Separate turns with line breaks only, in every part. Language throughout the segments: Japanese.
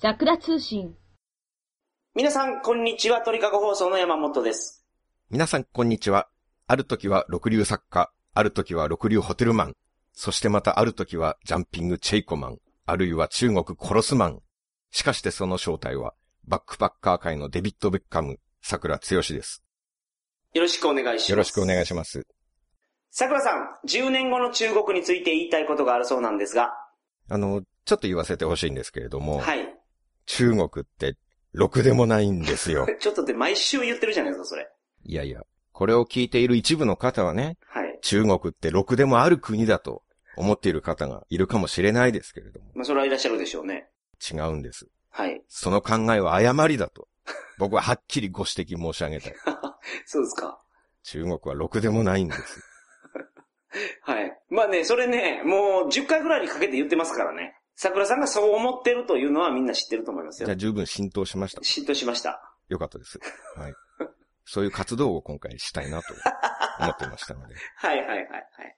桜通信。
皆さん、こんにちは。鳥かご放送の山本です。
皆さん、こんにちは。ある時は六流作家、ある時は六流ホテルマン、そしてまたある時はジャンピングチェイコマン、あるいは中国コロスマン。しかしてその正体は、バックパッカー界のデビッド・ベッカム、桜剛です。
よろしくお願いします。
よろしくお願い
す。
します。
桜さん、10年後の中国について言いたいことがあるそうなんですが、
あの、ちょっと言わせてほしいんですけれども、
はい。
中国って、ろくでもないんですよ。
ちょっとで毎週言ってるじゃないですか、それ。
いやいや、これを聞いている一部の方はね、
はい。
中国ってろくでもある国だと思っている方がいるかもしれないですけれども、
まあ、それはいらっしゃるでしょうね。
違うんです。
はい。
その考えは誤りだと。僕ははっきりご指摘申し上げたい。
そうですか。
中国はろくでもないんです。
はい。まあね、それね、もう10回ぐらいにかけて言ってますからね。桜さんがそう思ってるというのはみんな知ってると思います
じゃあ
よ。
十分浸透しました。
嫉妬しました。
よかったです。はい。そういう活動を今回したいなと思ってましたので。
はいはいはいはい。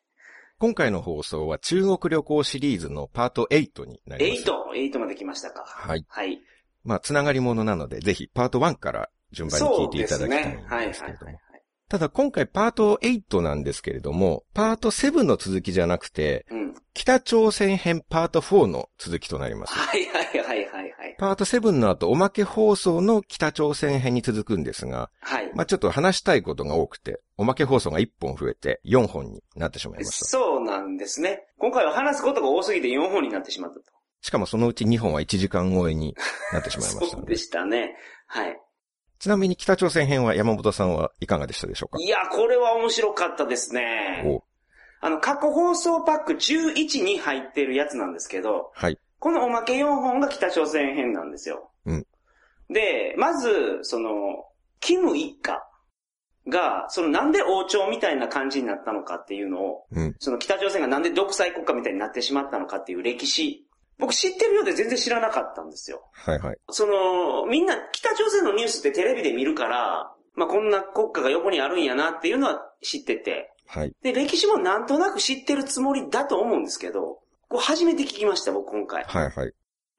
今回の放送は中国旅行シリーズのパート8になります。
8、8まで来ましたか。
はい。
はい。
まあ、つながりものなので、ぜひパート1から順番に聞いていただきた
そうですねはいいは
んで
い
す
は
けれ
い
ど
は
も
い。。
ただ今回パート8なんですけれども、パート7の続きじゃなくて、
うん。
北朝鮮編パート4の続きとなります。
はいはいはいはいはい。
パート7の後、おまけ放送の北朝鮮編に続くんですが、
はい。
まあ、ちょっと話したいことが多くて、おまけ放送が1本増えて4本になってしまいました。
そうなんですね。今回は話すことが多すぎて4本になってしまったと。
しかもそのうち2本は1時間超えになってしまいました
そ
の
う
で
で。したね。はい。
ちなみに北朝鮮編は山本さんはいかがでしたでしょうか
いや、これは面白かったですね。
お
あの、過去放送パック11に入ってるやつなんですけど、
はい。
このおまけ4本が北朝鮮編なんですよ。
うん
で、まず、その、キム一家が、そのなんで王朝みたいな感じになったのかっていうのを、
うん。
その北朝鮮がなんで独裁国家みたいになってしまったのかっていう歴史、僕知ってるようで全然知らなかったんですよ。
はいはい。
その、みんな北朝鮮のニュースってテレビで見るから、まあ、こんな国家が横にあるんやなっていうのは知ってて、
はい。
で、歴史もなんとなく知ってるつもりだと思うんですけど、こう初めて聞きました、僕今回。
はいはい。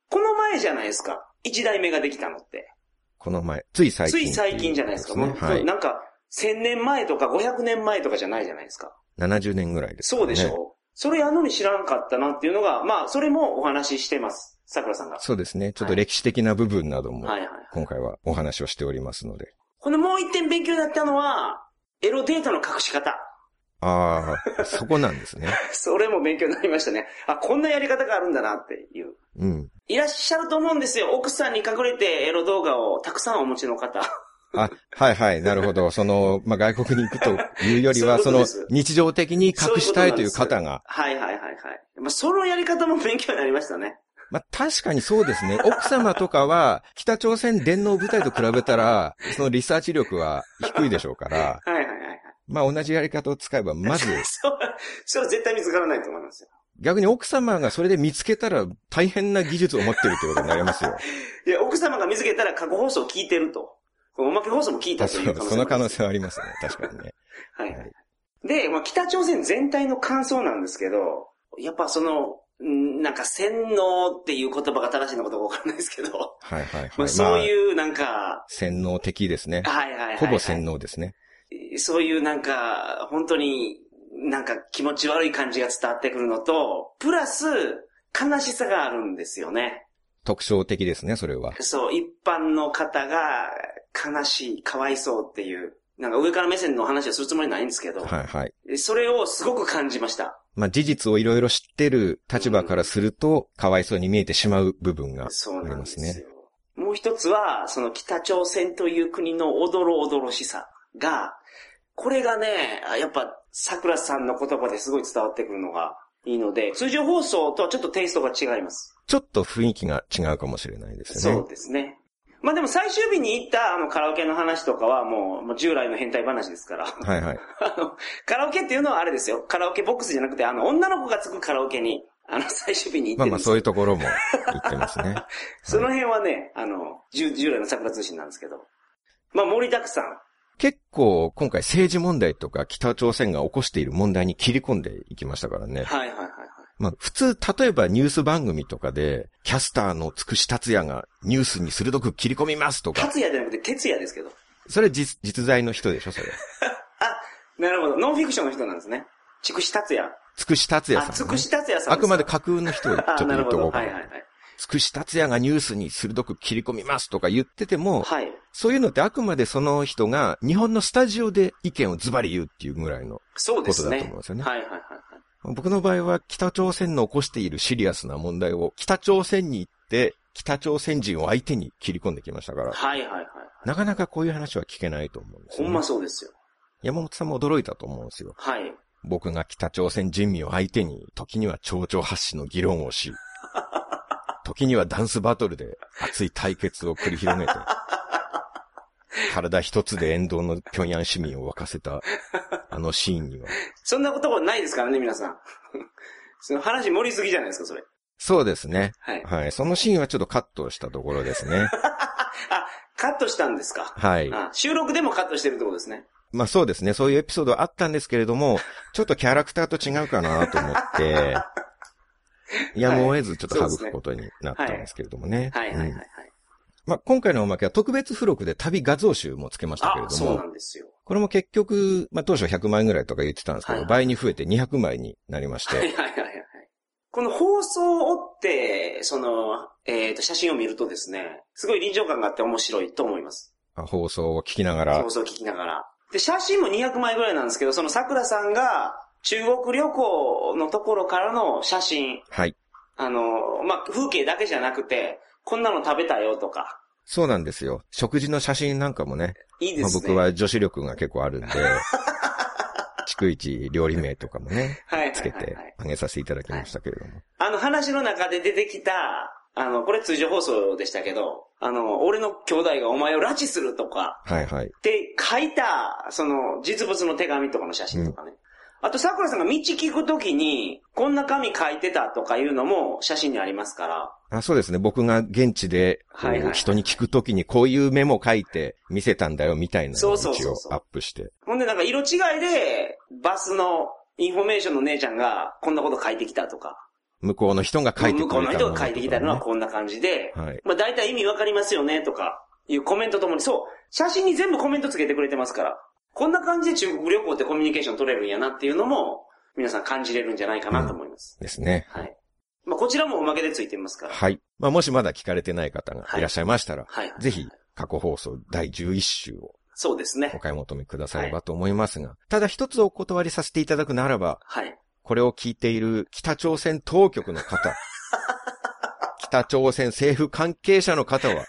この前じゃないですか。一代目ができたのって。
この前、つい最
つ
近、
い最近じゃないですか。もう
はい。
なんか、千年前とか五百年前とかじゃないじゃないですか。
70年ぐらいです、ね。
そうでしょう、それやのに知らんかったなっていうのが、まあ、それもお話ししてます。桜さんが。
そうですね。ちょっと歴史的な部分なども
はい、はい。
今回はお話をしておりますので。
このもう一点勉強になったのは、エロデートの隠し方。
ああ、そこなんですね。
それも勉強になりましたね。あ、こんなやり方があるんだなっていう。
うん。
いらっしゃると思うんですよ。奥さんに隠れてエロ動画をたくさんお持ちの方。
あ、はいはい、なるほど。その、まあ、外国に行くというより
そい
は、そう
うこと
の
です、
日常的に隠したいという方が、
はいはいはいはい。まあ、そのやり方も勉強になりましたね。
まあ、確かにそうですね。奥様とかは、北朝鮮電脳部隊と比べたら、そのリサーチ力は低いでしょうから、
はいはいはいはい。
まあ、同じやり方を使えば、まず、
そう、それは絶対見つからないと思いますよ。
逆に奥様がそれで見つけたら、大変な技術を持ってるということになりま すよ。
いや、奥様が見つけたら過去放送を聞いてると。このおまけ放送も聞いたと
そ
いう
う
可能性
その可能
も
性はありますね。確かにね。
あります。
は
はいい。で、まあ、北朝鮮全体の感想なんですけど、やっぱその、んなんか洗脳っていう言葉が正しいのかどうかわからないですけど、
はいはいはい。
まあ、そういうなんか、
洗脳的ですね。
はいはいはい、はい。
ほぼ洗脳ですね。
そういうなんか、本当になんか気持ち悪い感じが伝わってくるのと、プラス悲しさがあるんですよね。
特徴的ですね、それは。
そう、一般の方が悲しい、かわいそうっていう、なんか上から目線の話をするつもりないんですけど、
はいはい。
それをすごく感じました。
まあ、事実をいろいろ知ってる立場からすると、かわいそうに見えてしまう部分が。
そうなんです
あり
よ。
ます
もう一つは、その北朝鮮という国のおどろおどろしさが、これがね、あやっぱ桜さんの言葉ですごい伝わってくるのがいいので、通常放送とはちょっとテイストが違います。
ちょっと雰囲気が違うかもしれないですね。
そうですね。まあでも最終日に行ったあのカラオケの話とかはもうもう従来の変態話ですから。
はいはい。
あの、カラオケっていうのはあれですよ。カラオケボックスじゃなくて、あの、女の子がつくカラオケに、あの、最終日に行
ま
って
あ
る
ま
ん
あ
です
そう
よ
いうところも言ってます ね。
その辺はね、あの、従従来の桜通信なんですけど。まあ、盛りだくさん。
結構今回政治問題とか北朝鮮が起こしている問題に切り込んでいきましたからね。
はいはいはいはい。
まあ、普通、例えばニュース番組とかで、キャスターのつくし達也がニュースに鋭く切り込みますとか、
達也じゃなくて哲也ですけど。
それ実、実在の人でしょ、それ。
なるほど。ノンフィクションの人なんですね。筑紫達也。
つくし達也さん、
あ、
ね。
筑紫達也さん
あくまで
か
架空の人をちょっ
あ、
と
な
言
る
っ
ほ
とこ
ど。
うか
はい
な
はいはい。
つくし達也がニュースに鋭く切り込みますとか言ってても、
はい。
そういうのってあくまでその人が日本のスタジオで意見をズバリ言うっていうぐらいの。
そうですね。
ことだと思うんですよね
はいはいはい
僕の場合は北朝鮮の起こしているシリアスな問題を北朝鮮に行って、北朝鮮人を相手に切り込んできましたから、
はい。はいはいはい。
なかなかこういう話は聞けないと思うんで
ほ
すよ、
ん
ね
ま。そうですよ。
山本さんも驚いたと思うんですよ。
はい。
僕が北朝鮮人民を相手に、時には蝶々発信の議論をし、時にはダンスバトルで熱い対決を繰り広げて、体一つで沿道の平壌市民を沸かせた、あのシーンには。
そんなことないですからね、皆さん。 その話盛りすぎじゃないですか、それ。
そうですね。
はい。
はい。そのシーンはちょっとカットしたところですね。
あ、カットしたんですか。
はい。
あ収録でもカットしてるってことですね。
まあそうですね。そういうエピソードはあったんですけれども、ちょっとキャラクターと違うかなと思って、やむを得ずちょっと省くことになったんですけれどもね。
はいはいはい
うん
はい。
まあ、今回のおまけは特別付録で旅画像集もつけましたけれ
あ、
ど
そうな
も、
んですよ。
これも結局、まあ、当初100枚ぐらいとか言ってたんですけど、
はい
倍に増えて200枚になりまし
はいはい
て、
はいはい。この放送を追って、その、えっ、と、写真を見るとですね、すごい臨場感があって面白いと思います。
あ放送を聞きながら
放、送を聞きながら。で、写真も200枚ぐらいなんですけど、その桜さんが中国旅行のところからの写真、
はい。
あの、まあ、風景だけじゃなくて、こんなの食べたよとか、
そうなんですよ。食事の写真なんかもね、
いいで
まあ、
すね。
僕は女子力が結構 あるんで、逐一料理名とかもね、
はい
つけ
はい
て
はいはい
あげさせていただきましたけれども。
あの話の中で出てきた、あの、これ通常放送でしたけど、あの、俺の兄弟がお前を拉致するとか、
はいはい。
って書いた、その、実物の手紙とかの写真とかね。あと、桜さんが道聞くときに、こんな紙書いてたとかいうのも写真にありますから。
あそうですね。僕が現地で、こう
はいはい
人に聞くときにこういうメモ書いて見せたんだよみたいなのを
そうそう
一
そ
応
うそう
アップして。
ほんで、なんか色違いで、バスのインフォメーションの姉ちゃんが、こんなこと書いてきたとか。
向こうの人が書いてく
向
れた
こうの人
も
が
とか
書
ね
いてきたのはこんな感じで、
はい。
まあ大体意味わかりますよね、とか、いうコメントともに、そう、写真に全部コメントつけてくれてますから、こんな感じで中国旅行ってコミュニケーション取れるんやなっていうのも、皆さん感じれるんじゃないかなと思います。
ですね。
はい。まあこちらもおまけでついてますから。
はい。まあ、もしまだ聞かれてない方がいらっしゃいましたら、
はい。
ぜひ過去放送第11週を
そうです
お
ね。
買い求めくださればと思いますが、ただ一つお断りさせていただくならば、
はい。
これを聞いている北朝鮮当局の方、 北朝鮮政府関係者の方は、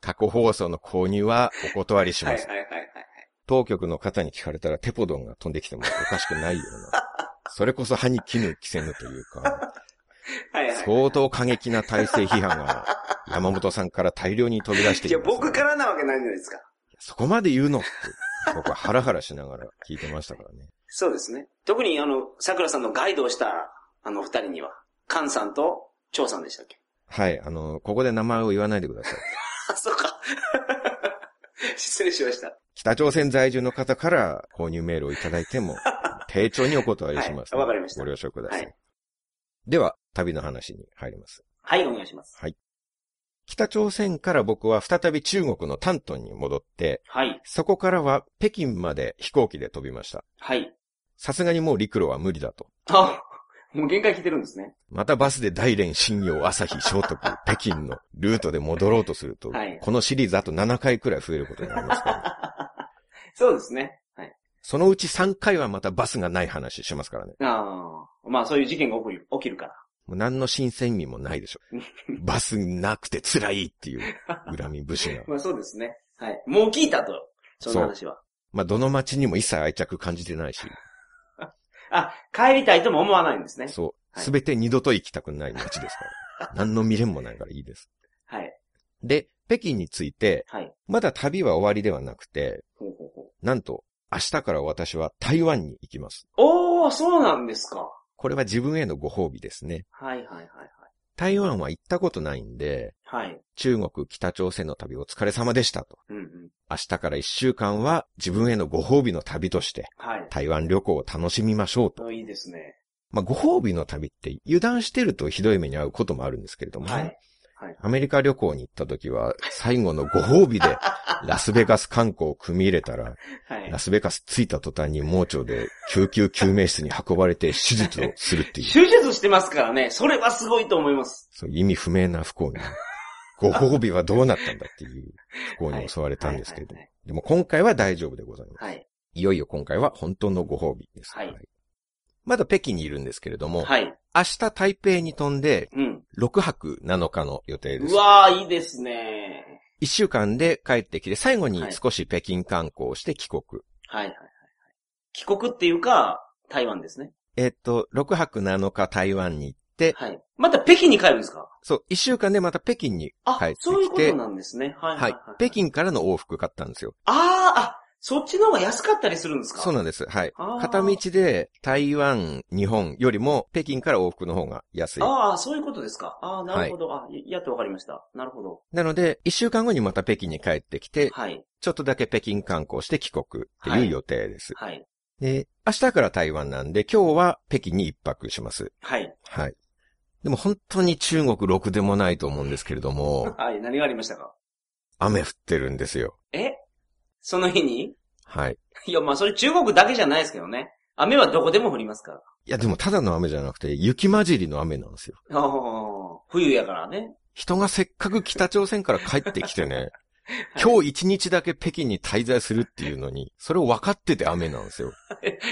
過去放送の購入はお断りし
はいはい
ま
は
す。
いはいはい。
当局の方に聞かれたらテポドンが飛んできてもおかしくないような、それこそ歯に絹着せぬというか、
はいはい。
相当過激な体制批判が山本さんから大量に飛び出して
い
い
や、
ます、
僕からなわけないじゃないですか。
そこまで言うのって、僕はハラハラしながら聞いてましたからね。
そうですね。特にあの、桜さんのガイドをした、あの二人には、カンさんと、張さんでしたっけ
はい、あの、ここで名前を言わないでください。
あ、そうか。 失礼しました。
北朝鮮在住の方から購入メールをいただい ても、丁重にお断りします、
はいわかりました
ご了承ください。
はい
では、旅の話に入ります。
はい、お願いします。
北朝鮮から僕は再び中国の丹東に戻って、
はい、
そこからは北京まで飛行機で飛びました。
はい。
さすがにもう陸路は無理だと。
あ、もう限界来てるんですね。
またバスで大連、新陽、朝日、聖 徳、北京のルートで戻ろうとすると、
はい
このシリーズあと7回くらい増えることになりますから、
そうですね。はい。
そのうち3回はまたバスがない話しますからね。
ああ、まあそういう事件が起こる起きるから。
もう何の新鮮味もないでしょ。 バスなくて辛いっていう恨み節が。
まあそうですね。はい。もう聞いたと、その話は。
まあ、どの町にも一切愛着感じてないし、
あ、帰りたいとも思わないんですね。
そう、
はい
すべて二度と行きたくない町です から。何の未練もないからいいです。
はい、
で、北京について、
はい。
まだ旅は終わりではなくて、
ほうほうほう。
なんと、明日から私は台湾に行きます。
おー、そうなんですか。
これは自分へのご褒美ですね。
はい、はい、はい、
台湾は行ったことないんで、
はい。はい。
中国、北朝鮮の旅お疲れ様でしたと。
うんうん。
明日から一週間は自分へのご褒美の旅として、
はい。
台湾旅行を楽しみましょうと。
あいいですね。
まあ、ご褒美の旅って油断してるとひどい目に遭うこともあるんですけれどもね。
はい
アメリカ旅行に行った時は、最後のご褒 美で、ラスベガス観光を組み入れたら、
はい
ラ。スベガス着いた途端に盲腸で救急救命室に運ばれて手術をするっ ていう、
手術してますからね、それはすごいと思います。
そういう意味不明な不幸に、ご褒美はどうなったんだっていう不幸に襲われたんですけれども。でも今回は大丈夫でございます。
はい。
いよいよ今回は本当のご褒美です。
はい
まだ北京にいるんですけれども、
はい。
明日台北に飛んで
うん。
6泊7日の予定で
う
す。
わー、いいですね。
1週間で帰ってきて、最後に
はい
少し北京観光をして帰国。
はいはいはいはい。帰国っていうか、台湾ですね。
えっと、6泊7日台湾に行って、
はい。また北京に帰るんですか
そう、1週間でまた北京に
あ、
帰ってきて、
そういうことなんですね。はいはい、
は
はいい。。
北。京からの往復買ったんですよ。
あー、あ、そっちの方が安かったりするんですか
そう
う
なんです。はい。
あー
片道で台湾、日本よりも北京から往復の方が安い。
ああ、そういうことですか。ああ、なるほど。あややっとわかりました。なるほど。
なので、1週間後にまた北京に帰ってきて、
はい。
ちょっとだけ北京観光して帰国っていう予定です。
はい。
で、明日から台湾なんで、今日は北京に一泊します。
はい。
はい。でも本当に中国ろくでもないと思うんですけれ ども、
はい。何がありましたか
雨降ってるんですよ。
えその日に
はい。
いや、まあそれ中国だけじゃないですけどね。雨はどこでも降りますから。
いや、でもただの雨じゃなくて、雪混じりの雨なんですよ。
ああ、冬やからね。
人がせっかく北朝鮮から帰ってきてね、今日一日だけ北京に滞在するっていうのに、それを分かってて雨なんですよ。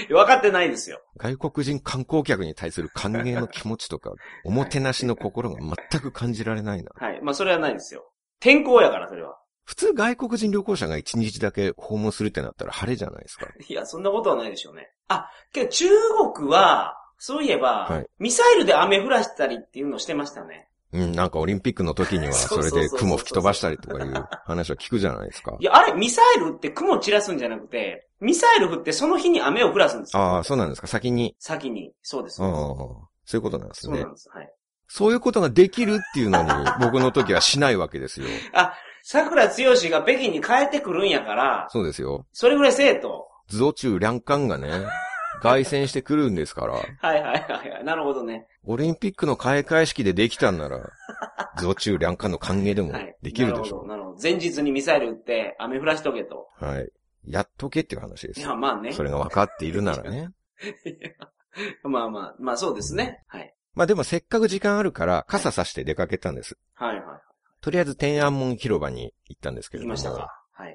分かってないですよ。
外国人観光客に対する歓迎の気持ちとか、おもてなしの心が全く感じられないな。
はい。まあそれはないですよ。天候やから、それは。
普通外国人旅行者が一日だけ訪問するってなったら晴れじゃないですか。
いや、そんなことはないでしょうね。あ、けど中国は、そういえば、
はい
ミサイルで雨降らしたりっていうのをしてましたね。
うん、なんかオリンピックの時には
そ
そ
そう
うれ
そうそう
で雲吹き飛ばしたりとかいう話は聞くじゃないですか
い。や、あれ、ミサイルって雲散らすんじゃなくて、ミサイル降ってその日に雨を降らすんですよ。
ああ、そうなんですか。先に。
先に。そうです。
ああ、そういうことなんです
そう
ね
なん。です。はい。
そういうことができるっていうのに僕の時はしないわけですよ。
桜剛が北京に帰ってくるんやから、
そうですよ。
それぐらいせえと。
図オ中両艦がね、凱旋してくるんですから、
はいはいはいはい。なるほどね。
オリンピックの開会式でできたんなら、図オ中両艦の歓迎でも
はい。
できるで
なる
しょ
ほど、なるほど。前日にミサイル撃って雨降らしとけと。
う。はい。やっとけっていう話で
い
す。
や、まあね。
それが分かっているならね。
まあまあ、まあそうですね。はい。
まあでもせっかく時間あるから傘さして出かけたんです。
はいはい。
とりあえず天安門広場に行ったんですけれ
行き
ども。
ましたか。はい。
い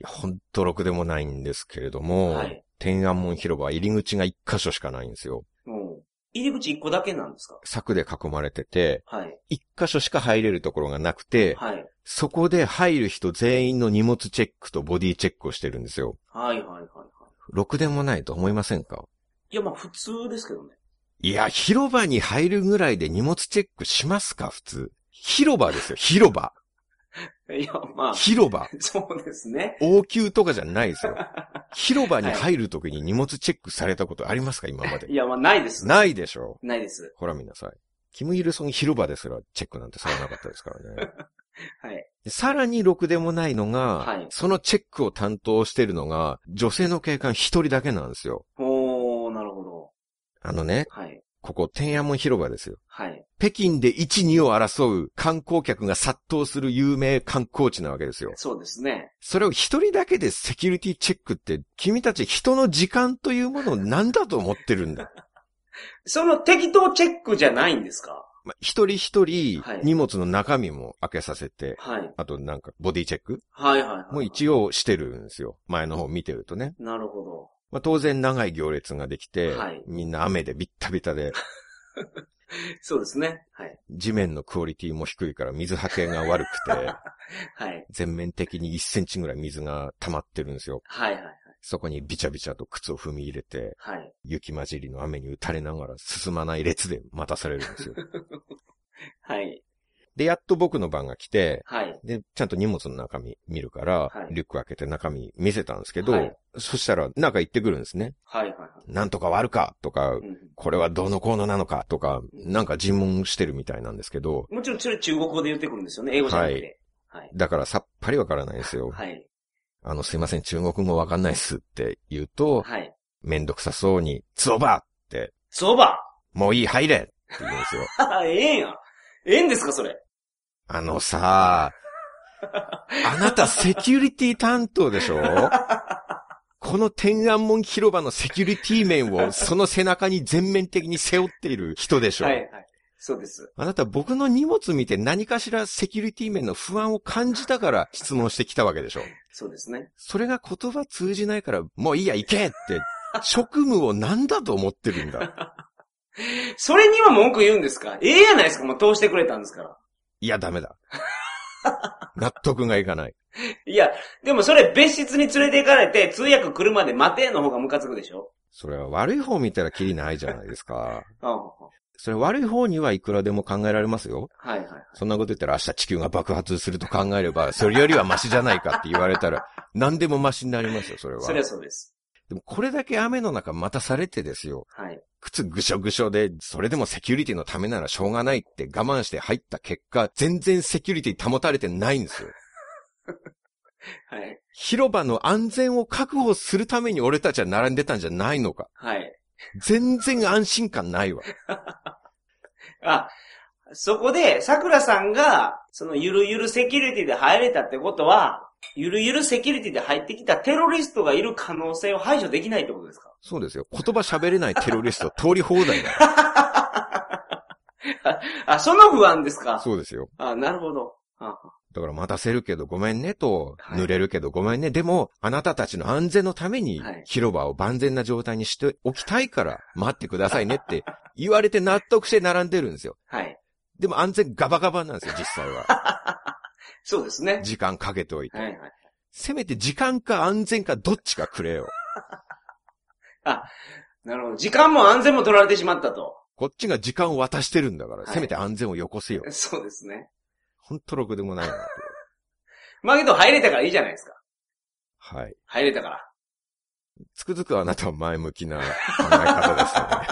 や、ほんとろくでもないんですけれども、
はい。
天安門広場は入り口が一箇所しかないんですよ。
もう、入り口一個だけなんですか
柵で囲まれてて、
はい。
一箇所しか入れるところがなくて、
はい。
そこで入る人全員の荷物チェックとボディチェックをしてるんですよ。
はいはいはいはい。
ろくでもないと思いませんか
いや、まあ普通ですけどね。
いや、広場に入るぐらいで荷物チェックしますか普通。広場ですよ、広場。
いや、まあ、
広場。
そうですね。
応急とかじゃないで すよ。広場に入るときに荷物チェックされたことありますか今まで
い。や、まあないです。
ないでしょ
ないです。
ほら見なさい。キム・イルソン広場ですらチェックなんてされなかったです からね。
はい。
でさらにろくでもないのが、
はい
そのチェックを担当してるのが、女性の警官一人だけなんですよ。
おー、なるほど。
あのね、
はい。
ここ天安門広場ですよ。
はい。
北京で1、2を争う観光客が殺到する有名観光地なわけですよ。
そうですね。
それを一人だけでセキュリティチェックって、君たち人の時間というものを何だと思ってるん だ。
その適当チェックじゃないんですか
まあ一人一人
はい
荷物の中身も開けさせて、
はい。
あとなんかボディチェック
はいはいはい。
もう一応してるんですよ。前の方見てるとね。
なるほど。
まあ、当然長い行列ができて、
はい
みんな雨でビッタビ タで、
そうですね。はい。
地面のクオリティも低いから水はけが悪く て、
はい。
全面的に1センチぐらい水が溜まってるんですよ。
はいはいはい。
そこにビチャビチャと靴を踏み入れて、
はい。
雪混じりの雨に打たれながら進まない列で待たされるんですよ。
はい。
で、やっと僕の番が来て、
はい。
で、ちゃんと荷物の中身見るから、
はい
リュック開けて中身見せたんですけど、
はい
そしたら中行ってくるんですね。
はいはいは
なんとか悪かとか
い、うん
これはどうのこうのなのかとか、なんか尋問してるみたいなんですけど、
もちろんそれ中国語で言ってくるんですよね。英語じゃなくて。はい。
だからさっぱりわからないんですよ。
はい。
あの、すいません、中国語わかんないっすって言うと、
はい。
めんどくさそうに、ツオバって
そば
もういい、入れって言うんですよ。
あええんや。ええんですか、それ。
あのさ、あなたセキュリティ担当でしょこの天安門広場のセキュリティ面をその背中に全面的に背負っている人でしょ、
はい、はい。そうです。
あなた僕の荷物見て何かしらセキュリティ面の不安を感じたから質問してきたわけでしょ
そうですね。
それが言葉通じないからもういいや行けって職務を何だと思ってるんだ。
それには文句言うんですかええやないですか、もう通してくれたんですから。
いやダメだ。納得がいかない。
いや、でもそれ別室に連れて行かれて、通訳来るまで待ての方がムカつくでしょ
それは悪い方見たらキリないじゃないですか。
ああ
それ悪い方にはいくらでも考えられますよ。
はいはい。
そんなこと言ったら明日地球が爆発すると考えれば、それよりはマシじゃないかって言われたら、何でもマシになりますよ、それは。
それはそうです。
でもこれだけ雨の中待たされてですよ。
はい。
靴ぐしょぐしょで、それでもセキュリティのためならしょうがないって我慢して入った結果、全然セキュリティ保たれてないんですよ。
はい。
広場の安全を確保するために俺たちは並んでたんじゃないのか。
はい。
全然安心感ないわ。
あ、そこで、桜さんが、そのゆるゆるセキュリティで入れたってことは、ゆるゆるセキュリティで入ってきたテロリストがいる可能性を排除できないってことですか
そうですよ。言葉喋れないテロリスト通り放題だ。
あ、その不安ですか
そうですよ。
あ、なるほど。あ
だから待たせるけどごめんねと、
はい
濡れるけどごめんね。でも、あなたたちの安全のために
はい、
広場を万全な状態にしておきたいから、待ってくださいねって 言われて納得して並んでるんですよ。
はい。
でも安全ガバガバなんですよ、実 際は。
そうですね。
時間かけておいて。
はいはい。
せめて時間か安全かどっちかくれよ。
なるほど。時間も安全も取られてしまったと。
こっちが時間を渡してるんだから、
はい
せめて安全をよこせよ。
そうですね。
ほんとろくでもないなと。
まあけど入れたからいいじゃないですか。
はい。
入れたから。
つくづくあなたは前向きな考え方です よね。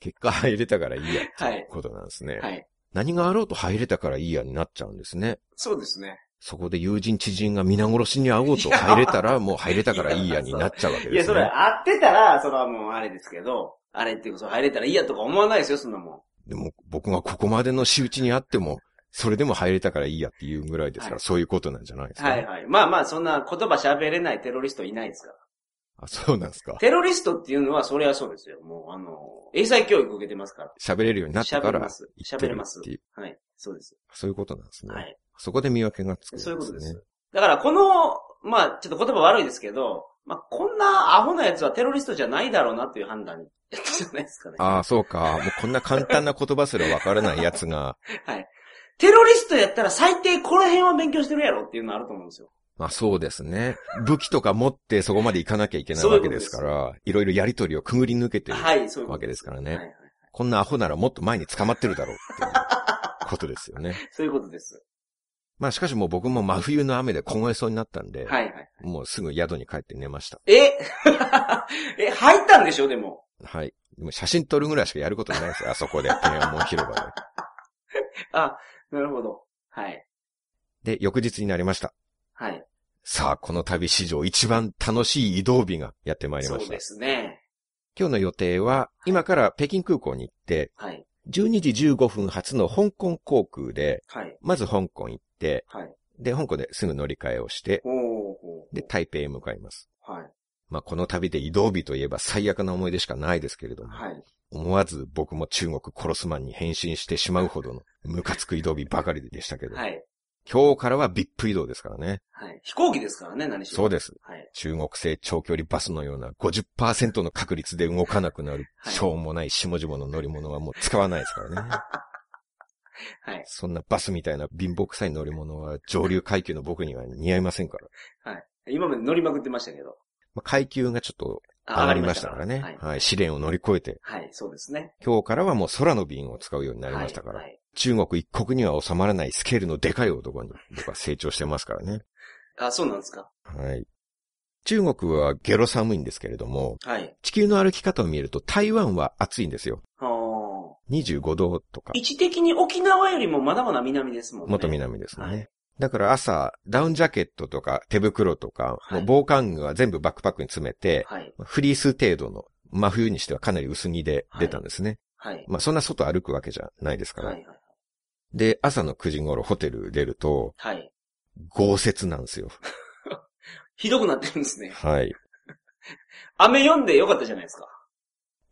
結果入れたからいいやっていうことなんですね。
はい。
何があろうと入れたからいいやになっちゃうんですね。
そうですね。
そこで友人知人が皆殺しに会おうと入れたら、もう入れたからいいやになっちゃうわけ
いや、
です
それ
ね。
合ってたら、それはもうあれですけど、あれっていうか、そう入れたらいいやとか思わないですよ、そんなもん。
でも僕がここまでの仕打ちにあっても、それでも入れたからいいやっていうぐらいですから、
はい
そういうことなんじゃないですか、
はいはい。まあまあ、そんな言葉喋れないテロリストいないですから。
あ。そうなんですか。
テロリストっていうのは、それはそうですよ。もう、あの、英才教育受けてますから。
喋れるようになったか
喋れ
ら
ます、
言って
喋れ
る
ます
っていう。
はい。そうです。
そういうことなんですね。
はい。
そこで見分けがつく、
そういうことです。。だから、この、まあ、ちょっと言葉悪いですけど、まあ、こんなアホなやつはテロリストじゃないだろうなっていう判断やったじゃないですかね。
ああ、そうか。もうこんな簡単な言葉すらわからないやつが、
テロリストやったら最低この辺は勉強してるやろっていうのあると思うんですよ。
まあそうですね。武器とか持ってそこまで行かなきゃいけないわけですから、いろいろやりとりをくぐり抜けてる
はい、そういうこ
わ
と
けですから
ね。は
ね。
いはい。
こんなアホならもっと前に捕まってるだろうっていう ことですよね。
そういうことです。
まあしかしもう僕も真冬の雨で凍えそうになったんで、
はいはい。
もうすぐ宿に帰って寝ました。
え え、入ったんでしょでも。
はい。でも写真撮るぐらいしかやることないですよ。あそこで、天安門広場
あ、なるほど。はい。
で。で、翌日になりました。
はい。
さあ、この旅史上一番楽しい移動日がやってまいり
そ
まし
う
た
で。すね。
今日の予定は、今から北京空港に行って、
はい。
12時15分発の香港航空で、
はい。
まず香港行って、
はい。
で、香港ですぐ乗り換えをして、
おーおー
で、台北へ向かいます。
はい。
まあ、この旅で移動日といえば最悪な思い出しかないですけれども、
はい。
思わず僕も中国殺すマンに変身してしまうほどのムカつく移動日ばかりでしたけど、
はい。
今日からはビップ移動ですからね。
はい。飛行機ですからね、何しろ。
そうです。
はい。
中国製長距離バスのような50%の確率で動かなくなる、
はい
しょうもない下々の乗り物はもう使わないですからね。
はい。
そんなバスみたいな貧乏臭い乗り物は上流階級の僕には似合いませんから。
今まで乗りまくってましたけど。
まあ、階級がちょっと
あ
上がりましたからね。
はい。
はい。試練を乗り越えて、
はい、そうですね。
今日からはもう空の便を使うようになりましたから、
はい。はい
中国一国には収まらないスケールのでかい男に僕は成長してますからね。
あ、そうなんですか。
はい。中国はゲロ寒いんですけれども、
はい。
地球の歩き方を見ると台湾は暑いんですよ。
あー
25度とか、
位置的に沖縄よりもまだまだ南ですもんね。
もっと南ですね。
はい
だから朝、ダウンジャケットとか手袋とか、
はい
もう防寒具は全部バックパックに詰めて、
はい。
フリース程度の、真冬にしてはかなり薄着で出たんですね。
はい。
まあそんな外歩くわけじゃないですから。
はい。
で、朝の9時頃ホテル出ると、
はい。
豪雪なんですよ。
ひどくなってるんですね。
はい。
雨読んでよかったじゃないですか。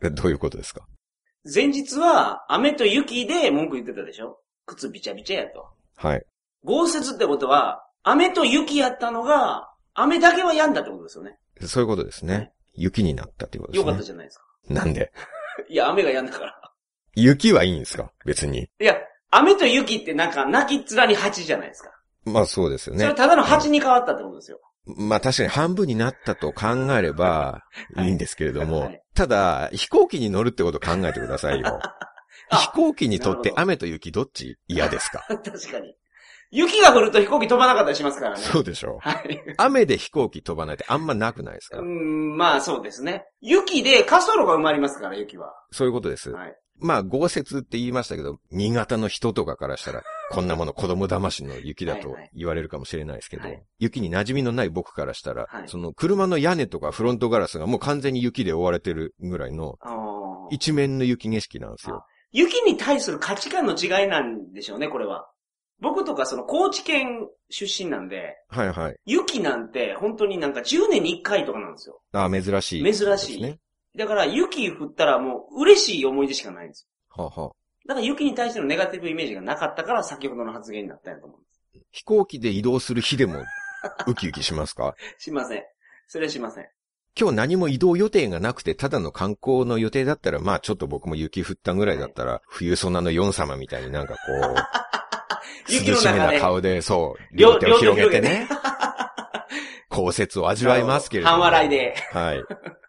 えどういうことですか
前日は雨と雪で文句言ってたでしょ靴びちゃびちゃやと。
はい。
豪雪ってことは、雨と雪やったのが、雨だけは止んだってことですよね。
そういうことですね。雪になったっていうことです
よ
ね。
かったじゃないですか。
なんで
いや、雨が止んだから。
雪はいいんですか別に。
いや、雨と雪ってなんか、泣きっ面に蜂じゃないですか。
まあそうですよ
それ
ね
は。ただの蜂に変わったってことですよ。
まあ確かに半分になったと考えれば
はい
いいんですけれども、
はい
ただ飛行機に乗るってことを考えてください よ。飛行機にとっ
な
て
るほど
雨と雪どっち嫌で すか
確かに。雪が降ると飛行機飛ばなかったりしますからね。
そうでしょう。
はい。
雨で飛行機飛ばないってあんまなくないですか、
うん、まあそうですね。雪で滑走路が埋まりますから、雪は。
そういうことです。
はい。
まあ、豪雪って言いましたけど、新潟の人とかからしたら、こんなもの子供騙しの雪だ
は
と
いはい
言われるかもしれないですけど、
はい
雪に馴染みのない僕からしたら、
はい
その車の屋根とかフロントガラスがもう完全に雪で覆われてるぐらいの、
あー
一面の雪景色なんですよ。
雪に対する価値観の違いなんでしょうね、これは。僕とかその高知県出身なんで、
はいはい。
雪なんて本当になんか10年に1回とかなんですよ。
ああ、珍しい、
珍しい
ですね。
だから雪降ったらもう嬉しい思い出しかないんです
はあはあ
よ。だから雪に対してのネガティブイメージがなかったから先ほどの発言になったんやと思うんで
飛行機で移動する日でも、ウキウキしますか
す。しません。それはしません。
今日何も移動予定がなくて、ただの観光の予定だったら、まあちょっと僕も雪降ったぐらいだったら、冬ソナのヨン様みたいになんかこう、
雪
涼
の
しげ
中
な
で。
顔で、そう、
両
両手を広げてね、降雪を味わいますけれども。
半笑いで。
はい。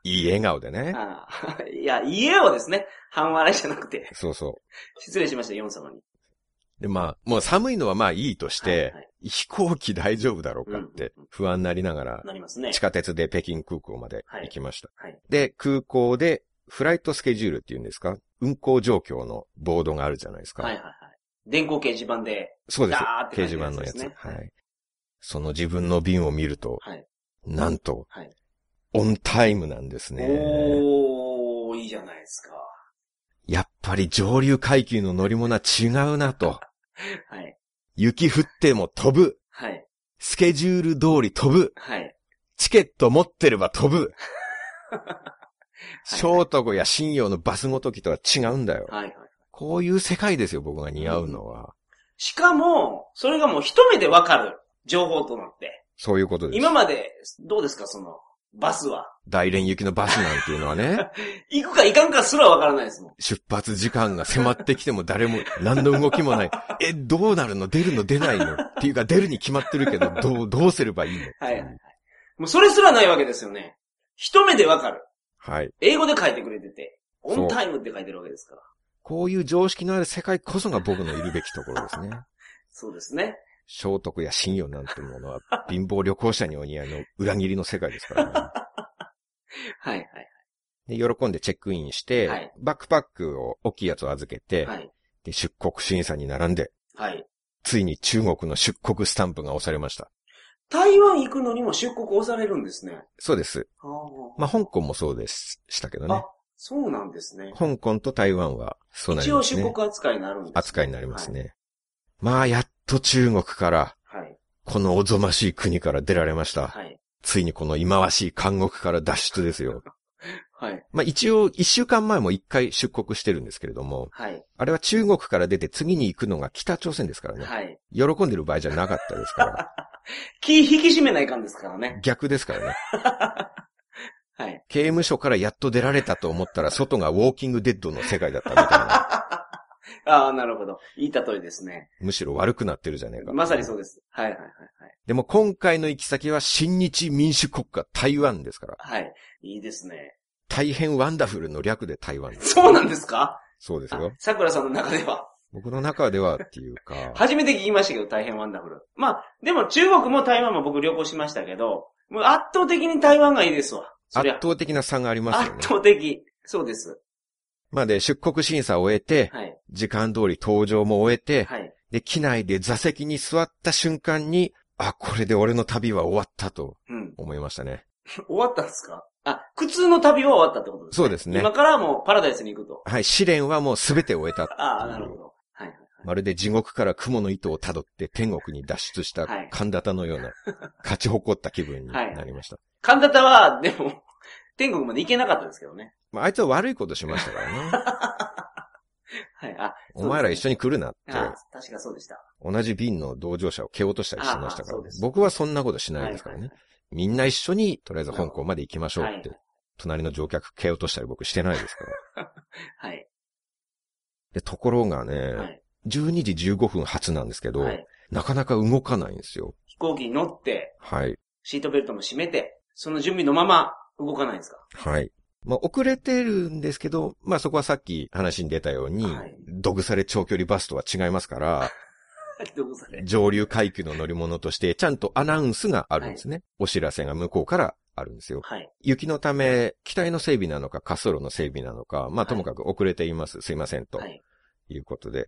いい笑顔でね。
あーいや、家をですね、半笑いじゃなくて、
そうそ
失礼しました、4様に。
う。で、まあ、もう寒いのはまあいいとし
は
て、
いはい
飛行機大丈夫だろうかって
うん
不安になりながら、
なりますね
地。下鉄で北京空港まで行きました。
はいはい
で、空港でフライトスケジュールっていうんですか運行状況のボードがあるじゃないですか。
はいはいはい。電光掲示板で、
そうです。
ダーっ
掲
て書い
示
てる
板
やつ
の
で
や
す
つ。
ね
はい。その自分の便を見ると、
はい。
なんと、
はい
オンタイムなんですね。
おー、いいじゃないですか。
やっぱり上流階級の乗り物は違うなと。
はい。
雪降っても飛ぶ。
はい。
スケジュール通り飛ぶ。
はい。
チケット持ってれば 飛ぶ。小徳や新陽のバスごときとは違うんだよ。
はいはい。
こういう世界ですよ、僕が似合うのは。
しかも、それがもう一目でわかる情報となって、
そういうことです。
今まで、どうですか、その、バスは。
大連行きのバスなんていうのはね、
行くか行かんかすらわからないですもん。
出発時間が迫ってきても誰も、何の動きもない。え、どうなるの出るの出ないのっていうか出るに決まってるけど、どう、どうすればいいの
はいはいはい。もうそれすらないわけですよね。一目でわかる。
はい。
英語で書いてくれてて、オ
そう
ンタイムって書いてるわけですから。
こういう常識のある世界こそが僕のいるべきところですね。
そうですね。
聖徳や信用なんてものは貧乏旅行者にお似合いの裏切りの世界ですから
はいはい
ね。で、喜んでチェックインして、
はい
バックパックを大きいやつを預けて、
はい。
で、出国審査に並んで、
はい。
ついに中国の出国スタンプが押されました。
台湾行くのにも出国押されるんですね。
そうです。
あー
まあ、香港もそうでしたけどね
あ。そうなんですね。
香港と台湾はそうなり
一
ま
応
す
出
ね。
国扱いになるんです、
扱いになりますね。まあ、やっと中国から、
はい。はい。
このおぞましい国から出られました。
はい。
ついにこの忌まわしい監獄から脱出ですよ。
はい。
まあ一応一週間前も一回出国してるんですけれども、
はい。
あれは中国から出て次に行くのが北朝鮮ですからね。
はい。
喜んでる場合じゃなかったですから。
気引き締めないかんですからね。
逆ですからね。
はい。
刑務所からやっと出られたと思ったら外がウォーキングデッドの世界だったみたいな。
ああ、なるほど。いい例えですね。
むしろ悪くなってるじゃねえか。。
まさにそううです。はいはいはい
でも今回の行き先は新日民主国家台湾ですから。
はい。はい。いいですね。
大変ワンダフルの略で 台湾です。
そうなんですか
そうです
あ
よ。
桜さんの中では。
僕の中ではっていうか。
初めて聞きましたけど、大変ワンダフル。まあ、でも中国も台湾も僕旅行しましたけど、もう圧倒的に台湾がいいですわ。 そり
圧
ゃ
倒的な差がありますよね
圧。倒的。そうです。
まあで、出国審査を終えて、
はい。
時間通り搭乗も終えて、
はい。
で、機内で座席に座った瞬間に、あ、これで俺の旅は終わったと
うん。
思いましたね。
終わったんですか
あ、苦痛の旅は終わったってことです
そうですね
今。からはもうパラダイスに行くと。
はい、試練はもうすべて終えた。
ああ、なるほど。はいはい。
まるで地獄から雲の糸を辿って天国に脱出した
はい
神田田の ような、勝ち誇った気分になりました。
神田田は、でも、天国まで行けなかったですけどね。
まあ、あいつは悪いことしましたか らね。
はい。あ、
お前ら一緒
に
に来るなって、
あ確かそうでした。
同じ便の同乗者を蹴落としたりしてましたか
ああそ
ら
うで、す
僕はそんなことしないですからね。みんな一緒に、とりあえず香港まで行きましょう
は
っ
い
て、隣の乗客蹴落としたり僕してないですから。
はい。
で、ところが
は
ね、
い。
12時15分発なんですけど
は、い。
なかなか動かないんですよ。
飛行機に乗って、
はい。
シートベルトも締めて、その準備のまま動かないんですか
はい。まあ、遅れてるんですけど、まあ、そこはさっき話に出たように、
はい
どぐされ長距離バスとは違いますから、
どうされ。
上流階級の乗り物として、ちゃんとアナウンスがあるんですね。お知らせが向こうからあるんですよ。
はい。
雪のため、機体の整備なのか、滑走路の整備なのか、ま
は
あ、
い
ともかく遅れています。すいません、と
はい。
いうことで。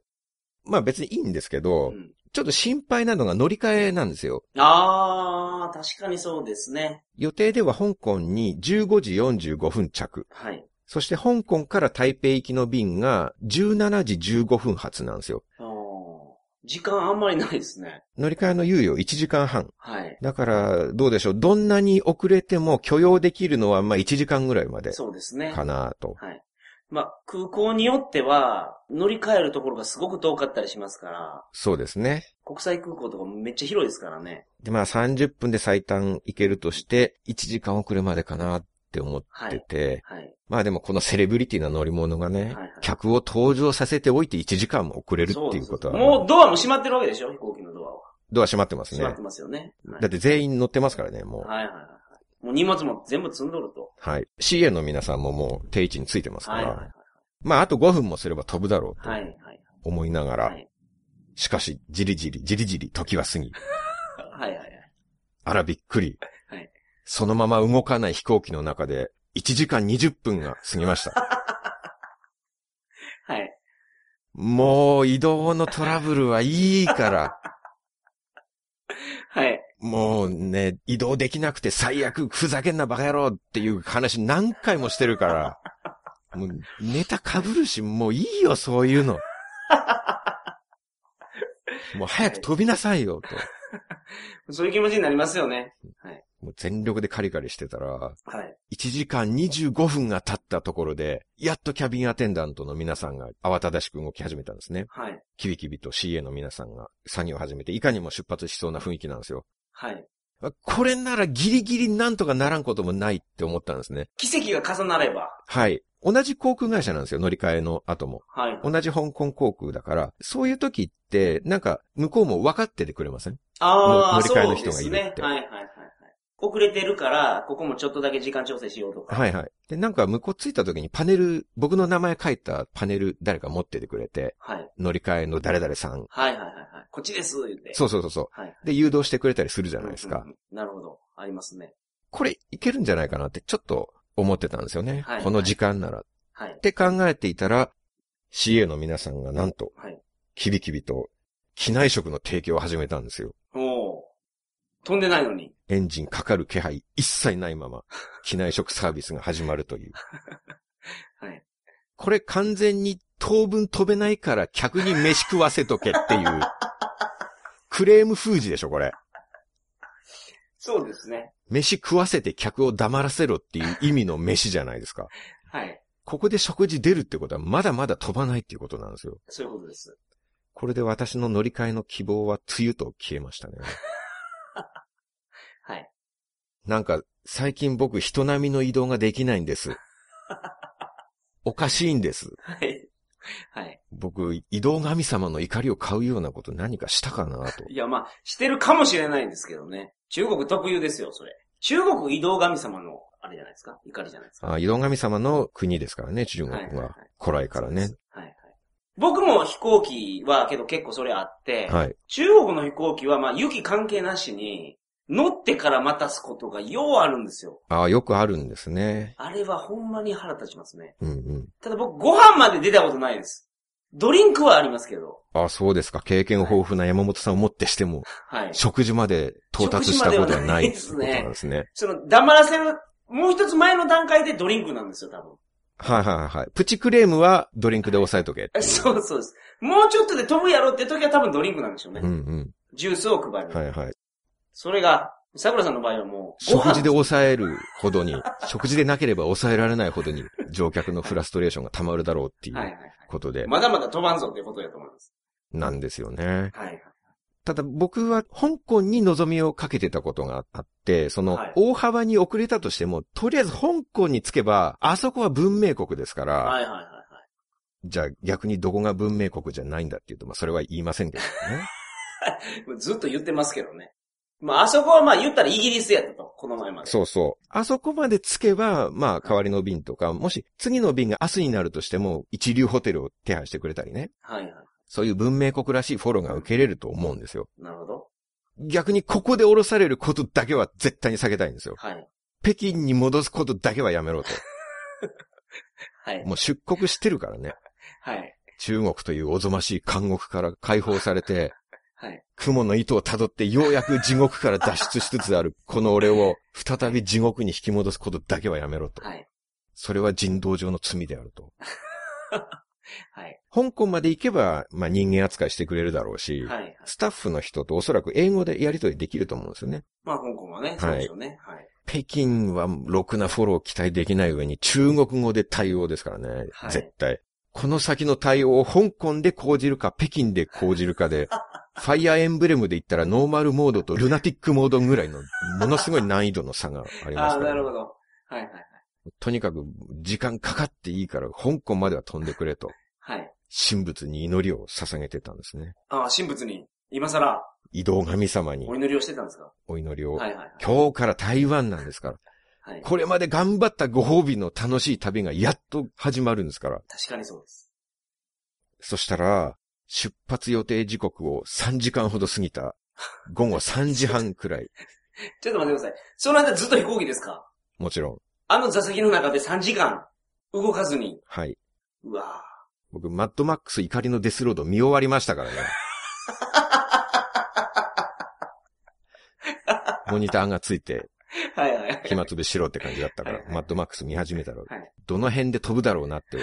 まあ、別にいいんですけ
う
ど、
ん。
ちょっと心配なのが乗り換えなんですよ。
ああ、確かにそうですね。
予定では香港に15時45分着。
はい。
そして香港から台北行きの便が17時15分発なんですよ。
あー時間あんまりないですね。
乗り換えの猶予1時間半。
はい。
だから、どうでしょう。どんなに遅れても許容できるのは、まあ1時間ぐらいまで
そうですね。
かなと。
はい。まあ、空港によっては、乗り換えるところがすごく遠かったりしますから、
そうですね。
国際空港とかもめっちゃ広いですからね。
で、まあ30分で最短行けるとして、1時間遅れまでかなって思ってて、
はい。
まあでもこのセレブリティな乗り物がね、
はいはい
客を登場させておいて1時間も遅れるっていうことは、
そうそうもうドアも閉まってるわけでしょ飛行機のドアは。
ドア閉まってます
閉ま
ね
って。ますよね。はい
だって全員乗ってますからね、もう。
はいはいはい。もう荷物も全部積んどると。
はい。CA の皆さんももう定位置についてますか
はい
ら、
はいはい。
まああと5分もすれば飛ぶだろうと
はいはい。
思いながら、
はい
しかし、じりじり、じりじり時は過ぎ、
はいはいはい。
あらびっくり、
はい
そのまま動かない飛行機の中で1時間20分が過ぎました。
はい。
もう移動のトラブルはいいから、
はい。
もうね、移動できなくて最悪、ふざけんなバカ野郎っていう話何回もしてるから、もうネタ被るし、もういいよ、そういうの。もう早く飛びなさいよ、と。
そういう気持ちになりますよね。
もう全力でカリカリしてたら、
はい。
1時間25分が経ったところで、やっとキャビンアテンダントの皆さんが慌ただしく動き始めたんですね。
はい。
キビキビと CA の皆さんが作業を始めて、いかにも出発しそうな雰囲気なんですよ。
はい。
これならギリギリなんとかならんこともないって思ったんですね。
奇跡が重なれば。
はい。同じ航空会社なんですよ、乗り換えの後も。
はい。
同じ香港航空だから、そういう時って、なんか、向こうも分かっててくれません
ああ、
乗り換えの
そうです
人がいるって
ね。はいはいはいはい。遅れてるから、ここもちょっとだけ時間調整しようとか。
はいはい。で、なんか向こう着いた時にパネル、僕の名前書いたパネル誰か持っててくれて、
はい。
乗り換えの誰々さん。
はいはいはいはい。こっちです、言って。。
そううそうそうそ
はい。
う。で、誘導してくれたりするじゃないです
うん
か
うん。うん。なるほど。ありますね。
これいけるんじゃないかなってちょっと思ってたんですよね
はいは。い
この時間なら。っ
はい。
て考えていたら、CA の皆さんがなんと
はい、
キビキビと、機内食の提供を始めたんですよ。
おお。飛んでないのに。
エンジンかかる気配一切ない まま、機内食サービスが始まるという。
はい。
これ完全に当分飛べないから客に飯食わせとけっ ていう、クレーム封じでしょ、これ。
そうですね。
飯食わせて客を黙らせろっていう意味の飯じゃないですか。
はい。
ここで食事出るってことはまだまだ飛ばないっていうことなんですよ。
そういうことです。
これで私の乗り換えの希望は梅雨と消えました ね。
はい。
なんか、最近僕人並みの移動ができないんです。おかしいんです。
はい。はい。
僕、移動神様の怒りを買うようなこと何かしたかなと。
いや、まあ、してるかもしれないんですけどね。中国特有ですよ、それ。中国移動神様の、あれじゃないですか怒りじゃないですか。
あ移動神様の国ですからね、中国
はいはいはい
は。古来から
そう
ね
で。す。はいはい。僕も飛行機はけど結構それあって、
はい。
中国の飛行機はまあ雪関係なしに、乗ってから待たすことがようあるんですよ。
あよくあるんですね。
あれはほんまに腹立ちますね。
うんうん。
ただ僕ご飯まで出たことないです。ドリンクはありますけど。
ああ、そうですか。経験豊富な山本さんをもってしても、
はい。
食事まで到達したことはないって
食事
こ
ま
と
ではない
なんですね。
その、黙らせる、もう一つ前の段階でドリンクなんですよ、多分。
はいはいはい。プチクレームはドリンクで抑えとけっ
え
ていう。
そうそうです。もうちょっとで飛ぶやろって時は多分ドリンクなんでしょうね。
うん
ジュースを配
う
る。
ん。はいはい。
それが、桜さんの場合はもう、ご
食
飯
事で抑えるほどに、食事でなければ抑えられないほどに、乗客のフラストレーションが溜まるだろうってい
はいはいうはい。
ことで、
まだまだ飛ばんぞっていうことだと思います。
なんですよね。
はいはい。
ただ僕は香港に望みをかけてたことがあって、その
はい
大幅に遅れたとしても、とりあえず香港に着けば、あそこは文明国ですから、
はいはいはいはい。
じゃあ逆にどこが文明国じゃないんだって言うと、まあそれは言いませんけどね。
ずっと言ってますけどね。まあ、あそこはまあ言ったらイギリスやったと、この前まで。
そうそう。あそこまで着けば、まあ代わりの便とか、もし次の便が明日になるとしても、一流ホテルを手配してくれたりね。
はいはい。
そういう文明国らしいフォローが受けれると思うんですよ。
なるほど。
逆にここで降ろされることだけは絶対に避けたいんですよ。
はい。
北京に戻すことだけはやめろと。
はい。
もう出国してるからね。
はい。
中国というおぞましい監獄から解放されて、
はい。
雲の糸をたどってようやく地獄から脱出しつつある、この俺を再び地獄に引き戻すことだけはやめろと。
はい。
それは人道上の罪であると。
はい。
香港まで行けば、まあ人間扱いしてくれるだろうし、
はいはい。
スタッフの人とおそらく英語でやりとりできると思うんですよね。
まあ、香港はね、そうですよね。はい。
北京はろくなフォロー期待できない上に中国語で対応ですからね。
はい
絶対。この先の対応を香港で講じるか、北京で講じる かで、ファイアーエンブレムで言ったらノーマルモードとルナティックモードぐらいの、ものすごい難易度の差がありま
ああ
す
ー、
か
なる
ら、
ほど。はいはい
とにかく時間かかっていいから、香港までは飛んでくれと、
はい。はい。
神仏に祈りを捧げてたんですね。
ああ、神仏に、今更、
移動神様に
お祈りをしてたんですか
お祈りを。
はいはい
今日から台湾なんですから。
はい。はい。
これまで頑張ったご褒美の楽しい旅がやっと始まるんですから。
確かにそうです。
そしたら、出発予定時刻を3時間ほど過ぎた、午後3時半くらい、
ちょっと待ってください。その間ずっと飛行機ですか
もちろん。
あの座席の中で3時間、動かずに。
はい。
うわ
僕、マッドマックス怒りのデスロード見終わりまし たからね。モニターがついて、
ぁ。はいはい。
暇つぶしろって感じだった
は
か
い
ら、
はい
マッドマックス見始めたら
はい、
どの辺で飛ぶだろうなって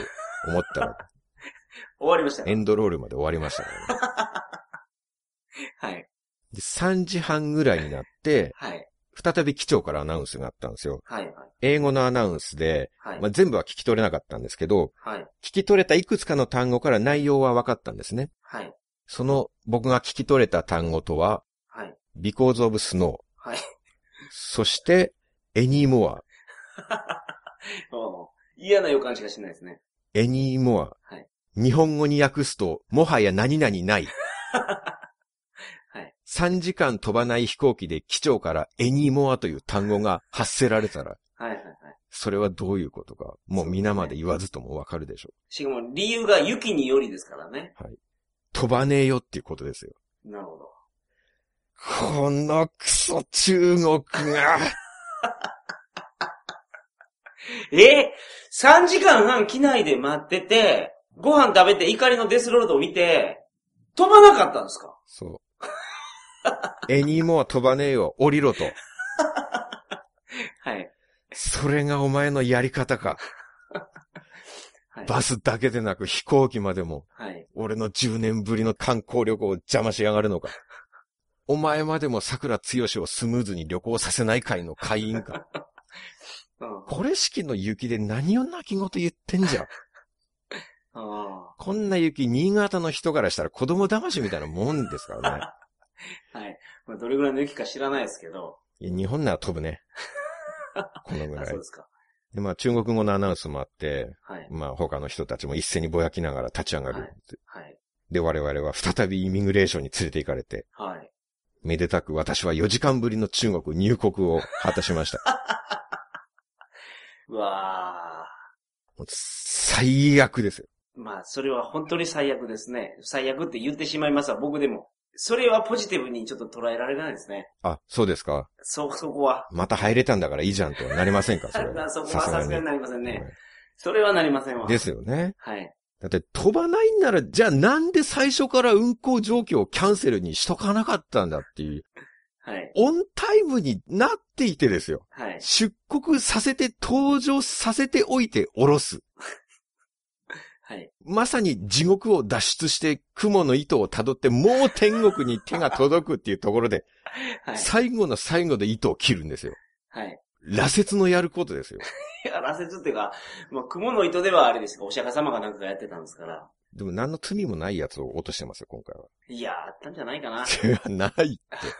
思ったら、
終わりました
エ
よ。
ンドロールまで終わりましたからね。
はい。
で3時半ぐらいになって、
はい。
再び機長からアナウンスがあったんですよ。
はいはい。
英語のアナウンスで、
はい。
まあ、全部は聞き取れなかったんですけど、
はい。
聞き取れたいくつかの単語から内容は分かったんですね。
はい。
その僕が聞き取れた単語とは、
はい。
because of snow。
はい。
そして、
う
anymore。
ん嫌な予感しかしないですね。
anymore。
はい
日本語に訳すと、もはや何々 ない。
はい
3時間飛ばない飛行機で機長から anymore という単語が発せられたら、
はいはいはい。
それはどういうことか、もう皆まで言わずともわかるでしょう。
しかも理由が雪によりですからね。
飛ばねえよっていうことですよ。
なるほど。
このクソ中国が、
えー、!3 時間半機内で待ってて、ご飯食べて怒りのデスロードを見て、飛ばなかったんですか
そう。エニーモア飛ばねえよ、降りろと。
はい。
それがお前のやり方か。
はい。
バスだけでなく飛行機までも、
はい。
俺の10年ぶりの観光旅行を邪魔しやがるのか。お前までも桜つよしをスムーズに旅行させない会の会員か。
うん。あ
これ式の雪で何を泣き言言ってんじゃん。
あ
こんな雪、新潟の人からしたら子供騙しみたいなもんですからね。
ー。はい。まあ、どれぐらいの雪か知らないですけど。
いや日本なら飛ぶね。この
あ、
ぐらい
そう。ですか。
で、まあ中国語のアナウンスもあって、
はい。
まあ他の人たちも一斉にぼやきながら立ち上がる。
はいはい。
で、我々は再びイミグレーションに連れて行かれて、
はい。
めでたく私は4時間ぶりの中国入国を果たしました。
うわあ。
もう最悪ですよ。
まあ、それは本当に最悪ですね。最悪って言ってしまいますわ、僕でも。それはポジティブにちょっと捉えられないですね。
あ、そうですか。
そ、 そこは。
また入れたんだからいいじゃん とはなりませんか、それ
そこはさすがになりません
は
ね。それはなりませんわ。
いですよね。
はい。
だって飛ばないんなら、じゃあなんで最初から運行状況をキャンセルにしとかなかったんだっていう、
はい。
オンタイムになっていてですよ。
はい。
出国させて登場させておいて降ろす。
はい。
まさに地獄を脱出して雲の糸を辿ってもう天国に手が届くっていうところで、
はい。
最後の最後で糸を切るんですよ。
はい。
羅切のやることですよ。
いや、羅刹っていうか、まあ、雲の糸ではあれですが、お釈迦様がなんかがやってたんですから。
でも何の罪もないやつを落としてますよ、今回は。
いや、あったんじゃない かな。
いやないって。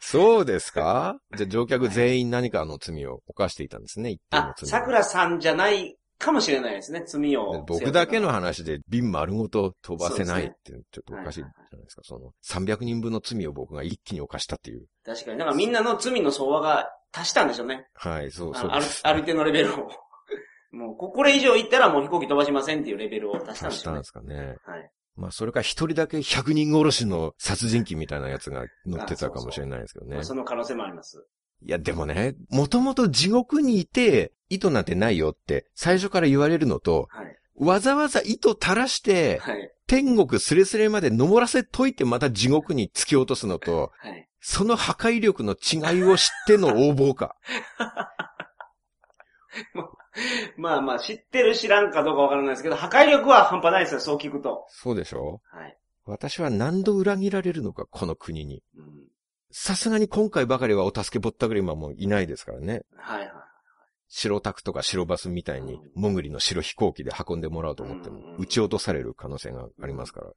そうですかじゃあ乗客全員何かの罪を犯していたんですね、一定の
あ、
罪。
桜さんじゃないかもしれないですね、罪を。
僕だけの話で瓶丸ごと飛ばせないって、ちょっとおかしいじゃないですか。その300人分の罪を僕が一気に犯したっていう。
確かに。なんかみんなの罪の相和が足したんでしょうね。
はい、そう、
あ
そう
のあ
で
る
す。
ある程度のレベルを。 もう、ここれ以上行ったらもう飛行機飛ばしませんっていうレベルを足したん
出
で
し
しょ
た
うんね
で。すかね。
はい。
まあ、それか一人だけ100人殺しの殺人鬼みたいなやつが乗ってたかもしれないですけど
ま
ね
あ。その可能性もあります。
いや、でもね、もともと地獄にいて、糸なんてないよって最初から言われるのと、
はい。
わざわざ糸垂らして、
はい。
天国すれすれまで登らせといてまた地獄に突き落とすのと、
はい。
その破壊力の違いを知っての横暴か。
まあまあ、知ってる知らんかどうかわからないですけど、破壊力は半端ないですよ、そう聞くと。
そうでしょ
はい。
私は何度裏切られるのか、この国に。
うん。
さすがに今回ばかりはお助けぼったくりマンもいないですからね。
はいはい。
白タクとか白バスみたいに、モグリの白飛行機で運んでもらおうと思って
うん
も、撃ち落とされる可能性がありますから。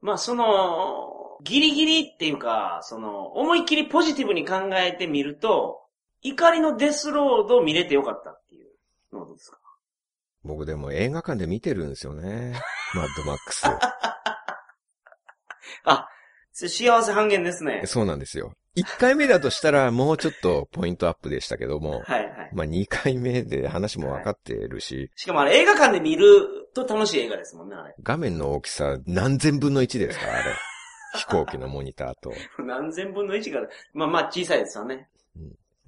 まあ、その、ギリギリっていうか、その、思いっきりポジティブに考えてみると、怒りのデスロードを見れてよかったっていうのはどうですか
僕でも映画館で見てるんですよね。 マッドマックス。
あ、そ幸せ半減ですね。
そうなんですよ。1回目だとしたらもうちょっとポイントアップでしたけども、
はいはい。
まあ2回目で話も分かってるし、
しかもあれ映画館で見ると楽しい映画ですもんね、あれ。
画面の大きさ何千分の1ですから、あれ。飛行機のモニターと。
何千分の1から、まあまあ小さいですよね。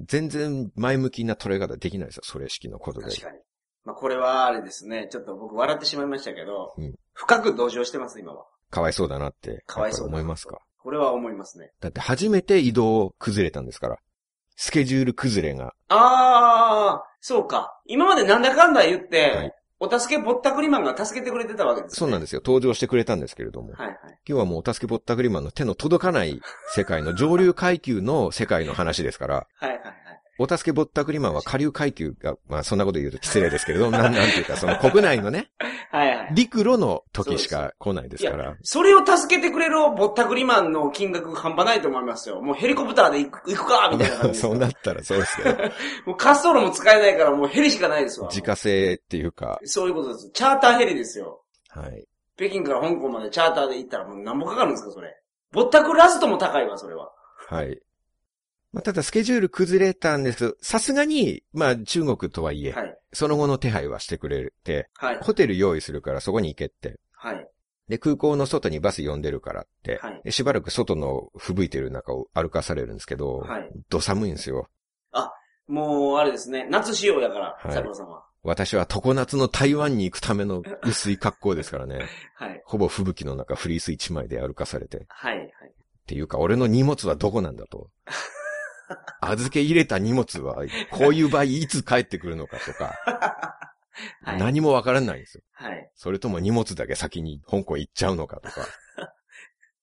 全然前向きな捉え方できないですよ、それ式のことで。
確かに。まあこれはあれですね、ちょっと僕笑ってしまいましたけど、
うん
深く同情してます、今は。
かわいそうだなって、
かわいそうだな
思いますか。
これは思いますね。
だって初めて移動崩れたんですから。スケジュール崩れが。
あー、そうか。今までなんだかんだ言って、
はい
お助けぼったくりマンが助けてくれてたわけです、ね。
そうなんですよ。登場してくれたんですけれども。
はいはい。
今日はもうお助けぼったくりマンの手の届かない世界の上流階級の世界の話です から。
はいはいはい。
お助けぼったくりマンは下流階級が、まあそんなこと言うと失礼ですけ れど、なん、なんていうか、その国内のね、
はいはい。
陸路の時しか来ないですから、
それを助けてくれるぼったくりマンの金額半端ないと思いますよ。もうヘリコプターで行く行くかみたいな感じです。
そうなったらそうですけど、
もう滑走路も使えないからもうヘリしかないですわ。
自家製っていうか、
そういうことです。チャーターヘリですよ。
はい。
北京から香港までチャーターで行ったらもう何もかかるんですか、それ。ぼったくラストも高いわ、それは。
はい。まあ、ただスケジュール崩れたんですけど、さすがに、まあ中国とはいえ、
はい。
その後の手配はしてくれて、
はい。
ホテル用意するからそこに行けって。
はい。
で、空港の外にバス呼んでるからって、
はい
でしばらく外の吹雪いてる中を歩かされるんですけど、
はい。
ど寒いんですよ。
もう、あれですね。夏仕様やから、
はい
桜さんは。
私は常夏の台湾に行くための薄い格好ですから ね。
はい。
ほぼ吹雪の中フリース一枚で歩かされて。っ
はい。はい。
ていうか、俺の荷物はどこなんだと。預け入れた荷物は、こういう場合いつ帰ってくるのかとか、
はい。
何もわからないんですよ。
はい。
それとも荷物だけ先に香港行っちゃうのかとか、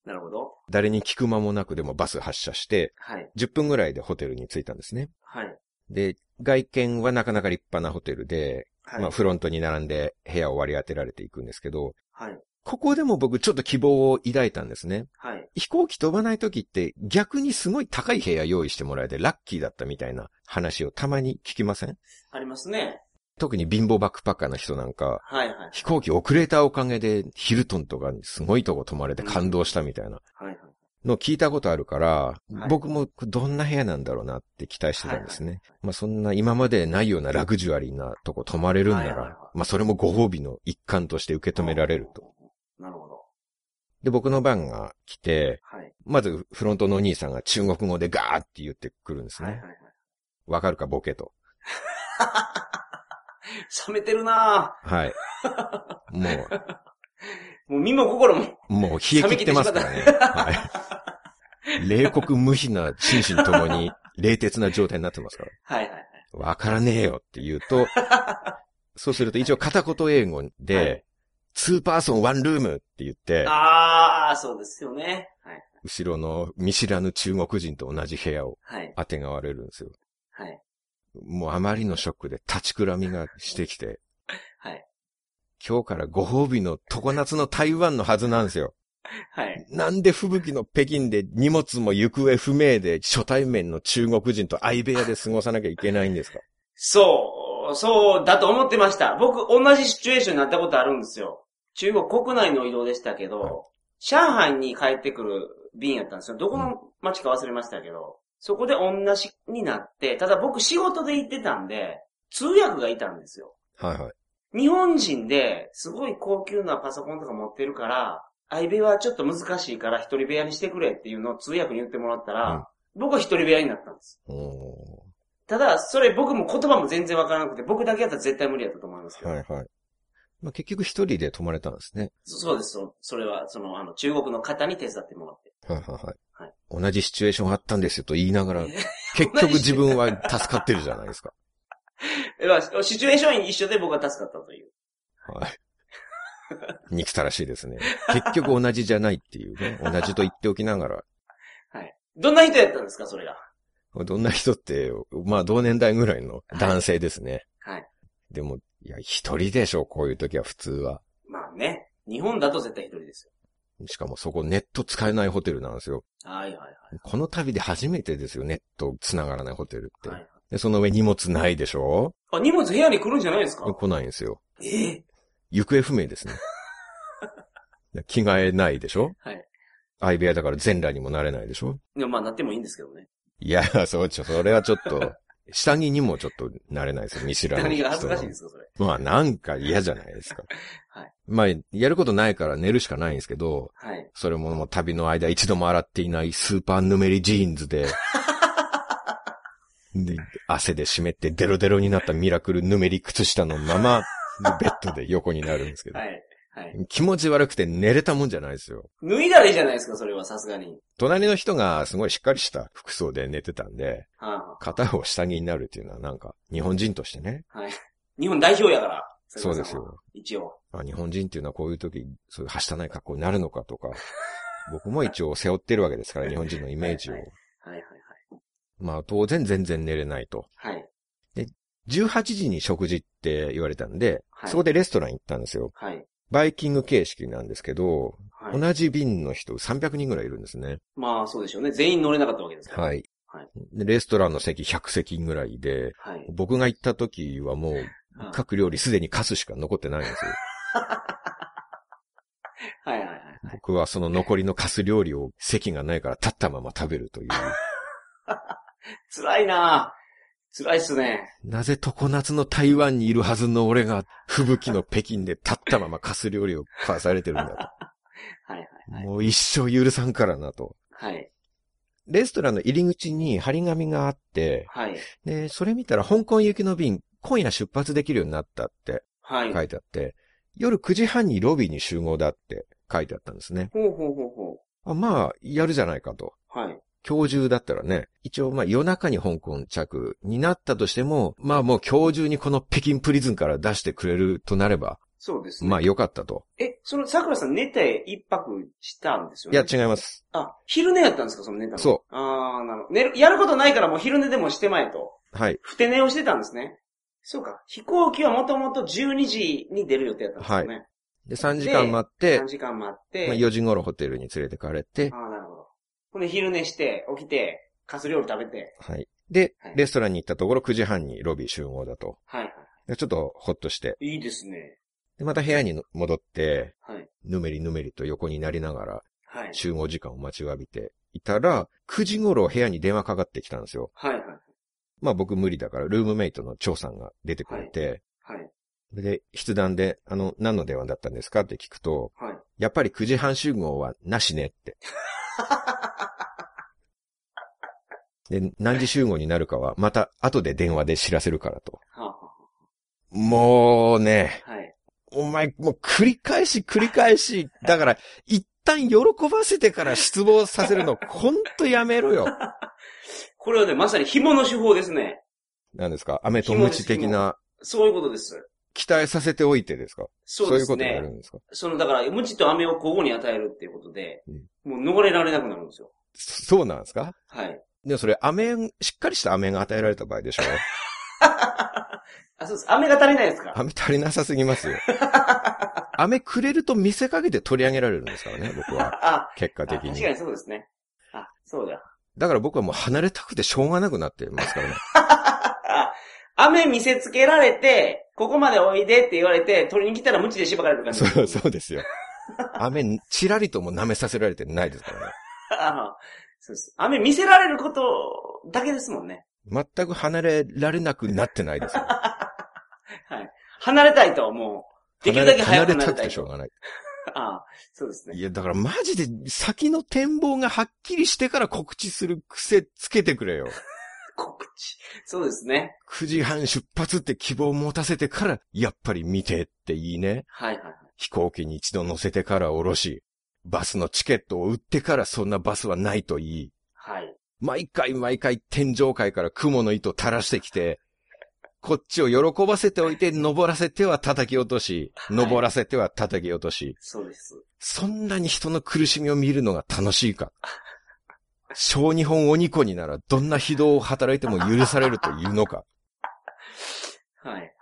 なるほど。
誰に聞く間もなくでもバス発車して、
はい。
10分ぐらいでホテルに着いたんですね。
はい。
で、外見はなかなか立派なホテルで、
はい。
まあフロントに並んで部屋を割り当てられていくんですけど、
はい。
ここでも僕ちょっと希望を抱いたんですね。
はい。
飛行機飛ばない時って逆にすごい高い部屋用意してもらえてラッキーだったみたいな話をたまに聞きません
ありますね。
特に貧乏バックパッカーの人なんか、
はい。はい。
飛行機遅れたおかげでヒルトンとかにすごいとこ泊まれて感動したみたいな
はい。はい。
のを聞いたことあるから、
はい
僕もどんな部屋なんだろうなって期待してたんです
はい
ね。まあそんな今までないようなラグジュアリーなとこ泊まれるんな
はいはいはい
ら、まあそれもご褒美の一環として受け止められると。。
なるほど。
で、僕の番が来て、
はい。
まずフロントのお兄さんが中国語でガーって言ってくるんです
はい。はい。
ね
は。い。
わかるかボケと。
冷めてるな
はい。もう、
もう身も心も、
もう冷え切ってますからね。はい。冷酷無比な心身ともに冷徹な状態になってますから。
はいはいはい。
わからねえよって言う と、そうすると一応片言英語で、
はい
ツーパーソンワンルームって言って、
あー、そうですよね。はい。
後ろの見知らぬ中国人と同じ部屋を
はい。
当てがわれるんですよ。
はい。
もうあまりのショックで立ちくらみがしてきて、
はい。
今日からご褒美の常夏の台湾のはずなんですよ。
はい。
なんで吹雪の北京で荷物も行方不明で初対面の中国人と相部屋で過ごさなきゃいけないんですか
そう、そうだと思ってました。僕、同じシチュエーションになったことあるんですよ。中国国内の移動でしたけど、
はい
上海に帰ってくる便やったんですよ。どこの街か忘れましたけど、そこで同じになって、ただ僕仕事で行ってたんで、通訳がいたんですよ。
はいはい。
日本人で、すごい高級なパソコンとか持ってるから、相部屋はちょっと難しいから一人部屋にしてくれっていうのを通訳に言ってもらったら、
うん
僕は一人部屋になったんです。
お
ただ、それ僕も言葉も全然わからなくて、僕だけやったら絶対無理やったと思いますけ
ー
ど。
はいはい。まあ、結局一人で泊まれたんですね。
そそうです、そそれは、その、あの、中国の方に手伝ってもらって。
はいはいはい。
はい
同じシチュエーションあったんですよと言いながら
え、
結局自分は助かってるじゃないですか。
えまあシチュエーション一緒で僕は助かったという。
はい。憎たらしいですね。結局同じじゃないっていうね。同じと言っておきながら。
どんな人やったんですか、それが。
どんな人って、まあ同年代ぐらいの男性ですね。
はい。
でも、いや、一人でしょ、こういう時は普通は。
まあね、日本だと絶対一人ですよ。
しかもそこネット使えないホテルなんですよ。
はいはいはい。
この旅で初めてですよ、ネット繋がらないホテルって。
はい
で、その上荷物ないでしょ
あ、荷物部屋に来るんじゃないですか
来ないんですよ。
ええ
行方不明 ですね。着替えないでしょ
はい。
相部屋だから全裸にもなれないでしょ
いやまあなってもいいんですけどね。
いや、そうちょ、それはちょっと、下着にもちょっとなれないですよ、見知らぬ
何
人
が
の
恥ずかしいんですか、それ。
まあなんか嫌じゃないですか。
はい。
まあ、やることないから寝るしかないんですけど、
はい。
それももう旅の間一度も洗っていないスーパーヌメリジーンズ で、で、汗で湿ってデロデロになったミラクルヌメリ靴下のまま、ベッドで横になるんですけど、
はい。はい。
気持ち悪くて寝れたもんじゃないですよ。
脱いだらいいじゃないですか、それは、さすがに。
隣の人がすごいしっかりした服装で寝てたんで、
は
片方下着になるっていうのはなんか、日本人としてね。
あ、はい。日本代表やから。
そうです
さんは。
よ。
一応。
あ日本人っていうのはこういう時、そういうはしたない格好になるのかとか、僕も一応背負ってるわけですから、日本人のイメージを
は。いはいはい
まあ当然全然寝れないと。
はい。はい。
18時に食事って言われたんで、
はい
そこでレストラン行ったんですよ。
はい。
バイキング形式なんですけど、
はい。
同じ便の人300人ぐらいいるんですね。
まあ、そうでしょうね。全員乗れなかったわけですから。
はい。
はい
でレストランの席100席ぐらいで、
はい。
僕が行った時はもう
うん
各料理すでにカスしか残ってないんですよ。
はい はいはい。
僕はその残りのカス料理を席がないから立ったまま食べる という。
辛いなぁ辛いっすね。
なぜ常夏の台湾にいるはずの俺が吹雪の北京で立ったままカス料理を食わされてるんだ
はいはい
と。
はい。
もう一生許さんからなと。
はい。
レストランの入り口に張り紙があって、
はい。
で、それ見たら香港行きの便、今夜出発できるようになったって
はい。
書いてあって、夜9時半にロビーに集合だって書いてあったんですね。
ほうほうほうほ
あまあ、やるじゃないかと。
う。はい。
今日中だったらね、一応まあ夜中に香港着になったとしても、まあもう今日中にこの北京プリズンから出してくれるとなれば、
そうですね。
まあ良かったと。
え、その、桜さん寝て一泊したんですよ
い
ね
や違います。
あ、昼寝やったんですか、その寝たの。。
そう
ああ、なるほど。寝る、やることないからもう昼寝でもしてまえと。
はい。
ふて寝をしてたんですね。そうか。飛行機はもともと12時に出る予定だったんですよね。
で、3時間待って
3、時間待って。
まあ4時頃ホテルに連れてかれて、
ああ、なるほど。ほんで昼寝して、起きて、カス料理食べて。
はい。で
はい、
レストランに行ったところ9時半にロビー集合だと。
はいは
でちょっとほっとして。
い。いいですね。
で、また部屋に戻って、
はい。
ぬめりぬめりと横になりながら
はい。
集合時間を待ちわびていたら、9時頃部屋に電話かかってきたんですよ。
はいはい。
まあ僕無理だから、ルームメイトの張さんが出てくれて、
はい。
それで、筆談で、あの、何の電話だったんですかって聞くと、
はい。
やっぱり9時半集合はなし ねって。で、何時集合になるかは、また後で電話で知らせるからと。
はあは
もうね、
あはい。
お前、もう繰り返し繰り返し、だから、一旦喜ばせてから失望させ るの、ほんとやめろよ。
これはね、まさに紐の手法ですね。
何ですか飴とムチ的な、
そういうことです。
期待させておいてですか
そうで
いう
す
ことがあ
ね
る。んですか
その、だから、無知と飴を交互に与えるっていうことで、もう逃れられなくなるんですよ。
そそうなんですか
はい。
でもそれ、飴、しっかりした飴が与えられた場合でしょ
あ、そうです。飴が足りないですか
飴足りなさすぎま すよ。飴くれると見せかけて取り上げられるんですからね、僕は。
あ、
結果
あ
的
確か
に。
にそうですね。あ、そうだ。
だから僕はもう離れたくてしょうがなくなってます からね。
あ、飴見せつけられて、ここまでおいでって言われて、取りに来たら無知で縛られる感じ。
そう、そうですよ。飴、ちらりとも舐めさせられてないですからね。
あ そうです。飴見せられることだけですもんね。
全く離れられなくなってないですよ。
はい。離れたいとはも できる
離
だ
れ
け早く
離れたくてしょうがない。
う。あそうですね。
いや、だからマジで先の展望がはっきりしてから告知する癖つけてくれよ。
告知。そうですね。
9時半出発って希望を持たせてから、やっぱり見てっていいね。
はいはいはい。
飛行機に一度乗せてから降ろし、バスのチケットを売ってからそんなバスはないといい。
はい。
毎回毎回天上界から雲の糸垂らしてきて、こっちを喜ばせておいて、登らせては叩き落とし、
はい
登らせては叩き落とし、
そうです。
そんなに人の苦しみを見るのが楽しいか。小日本鬼子にならどんな非道を働いても許されるというのか。
はいはい。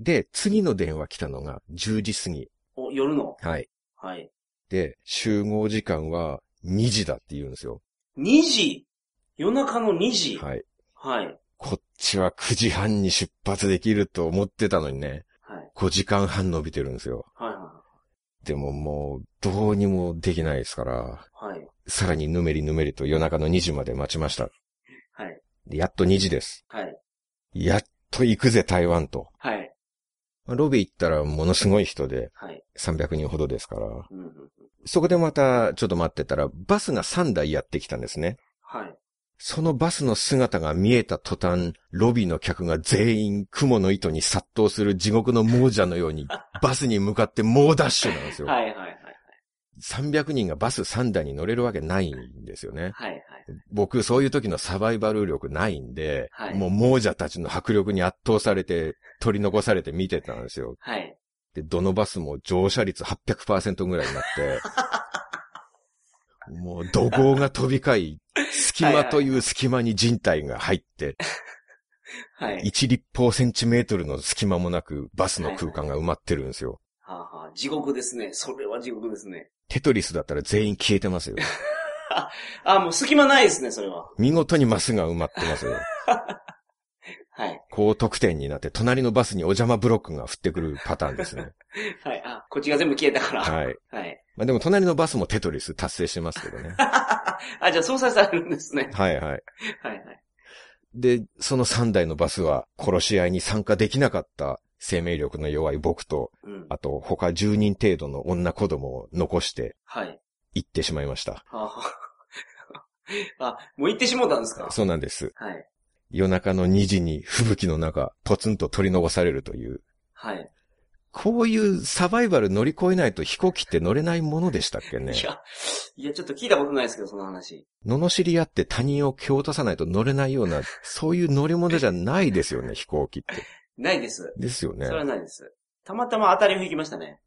で、次の電話来たのが10時過ぎ。
お、夜の。
はい。
はい。
で、集合時間は2時だって言うんですよ。
2時夜中の2時はい。
はい。
はい。
こっちは9時半に出発できると思ってたのにね、
はい。
5時間半伸びてるんですよ。
は
でももう、どうにもできないですから、
い。はい。
さらにぬめりぬめりと夜中の2時まで待ちました。
はい。
でやっと2時です。
はい。
やっと行くぜ台湾と。
はい。
まあロビー行ったらものすごい人で、
はい。
300人ほどですから。
うんうんうん。
そこでまた、ちょっと待ってたら、バスが3台やってきたんですね。
はい。
そのバスの姿が見えた途端、ロビーの客が全員雲の糸に殺到する地獄の亡者のよう に、バスに向かって猛ダッシュなんですよ。
はいはいはい。
300人がバス3台に乗れるわけないんですよね。
はいはい。
僕、そういう時のサバイバル力ないんで、
はい
もう亡者たちの迫力に圧倒されて、取り残されて見てたんですよ。
はい。
で、どのバスも乗車率800%ぐらいにな って、もう怒号が飛び 交い、隙間という隙間に人体が入って、
はい。
1立方センチメートルの隙間もなくバスの空間が埋まってるんですよ。
はあ、はあ、地獄ですね。それは地獄ですね。
テトリスだったら全員消えてますよ。
あ、もう隙間ないですね、それは。
見事にマスが埋まってますよ。
はい。
高得点になって隣のバスにお邪魔ブロックが降ってくるパターンですね。
はい。あ、こっちが全部消えたから。は
はい。
い。
まあでも隣のバスもテトリス達成してますけどね。
あ、じゃあ操作されるんですね。
はいはい。
はいはい。
で、その3台のバスは殺し合いに参加できなかった生命力の弱い僕と、
うん。
あと他10人程度の女子供を残して
はい。
行ってしまいました。
はあはあ、 あ、もう行ってしもうたんですか
そうなんです。
はい。
夜中の2時に吹雪の中、ポツンと取り残されるという。
はい。
こういうサバイバル乗り越えないと飛行機って乗れないものでしたっけね
い。や、いや、ちょっと聞いたことないですけど、その話。
罵り合って他人を蹴落とさないと乗れないような、そういう乗り物じゃないですよね、飛行機って。
ないです。
ですよね
そ。れはないです。たまたま当たりを引きましたね。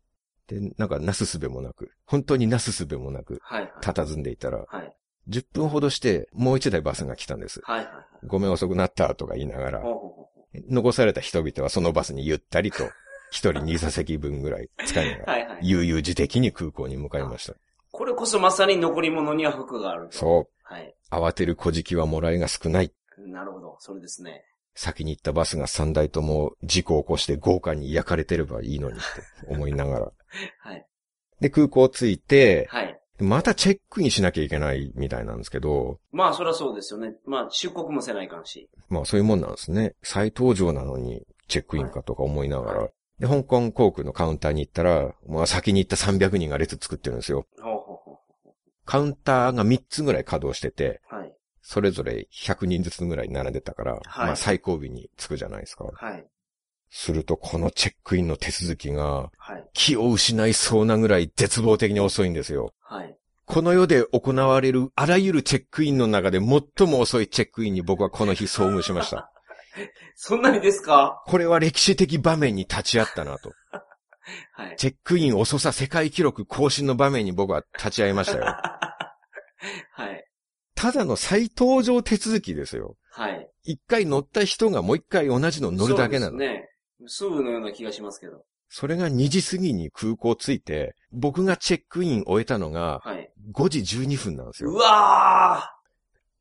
で、なんかなすすべもなく、本当になすすべもなく、
はいはい。
佇んでいたら、
はい。
10分ほどして、もう一台バスが来たんです。
はいはいはい。
ごめん遅くなったとか言いながら
ほう、ほうほうほ
残された人々はそのバスにゆったりと、一人2座席分ぐらい使いなが
う。
ら、
はいはい。
悠々自適に空港に向かいました。
これこそまさに残り物には服があると。う。
そう。
はい。
慌てる小じきはもらいが少ない。
なるほど。それですね。
先に行ったバスが3台とも事故を起こして豪華に焼かれてればいいのにって思いな がら。
はい。
で、空港着いて、
はい。
またチェックインしなきゃいけないみたいなんですけど、
まあ、そりゃそうですよね。まあ、出国もせないかんし。
まあそういうもんなんですね。再登場なのにチェックインかとか思いながら。で、香港航空のカウンターに行ったら、まあ先に行った300人が列作ってるんですよ。
ほうほうほ
カウンターが3つぐらい稼働してて、
う。はい。
それぞれ100人ずつぐらい並んでたから、
はい
まあ最後尾に着くじゃないですか。
はい。
すると、このチェックインの手続きが、
はい。
気を失いそうなぐらい絶望的に遅いんですよ。
はい。
この世で行われるあらゆるチェックインの中で最も遅いチェックインに僕はこの日遭遇しま した。
そんなにですか
これは歴史的場面に立ち会ったなと。
はい。
チェックイン遅さ世界記録更新の場面に僕は立ち会いましたよ。
はい。
ただの再登場手続きですよ。
はい。
一回乗った人がもう一回同じの乗るだけなの。
そう
そ,、
ですね。すぐのような気がしますけど。
れが2時過ぎに空港着いて、僕がチェックイン終えたのが
はい。
5時12分なんです
う
よ。
わー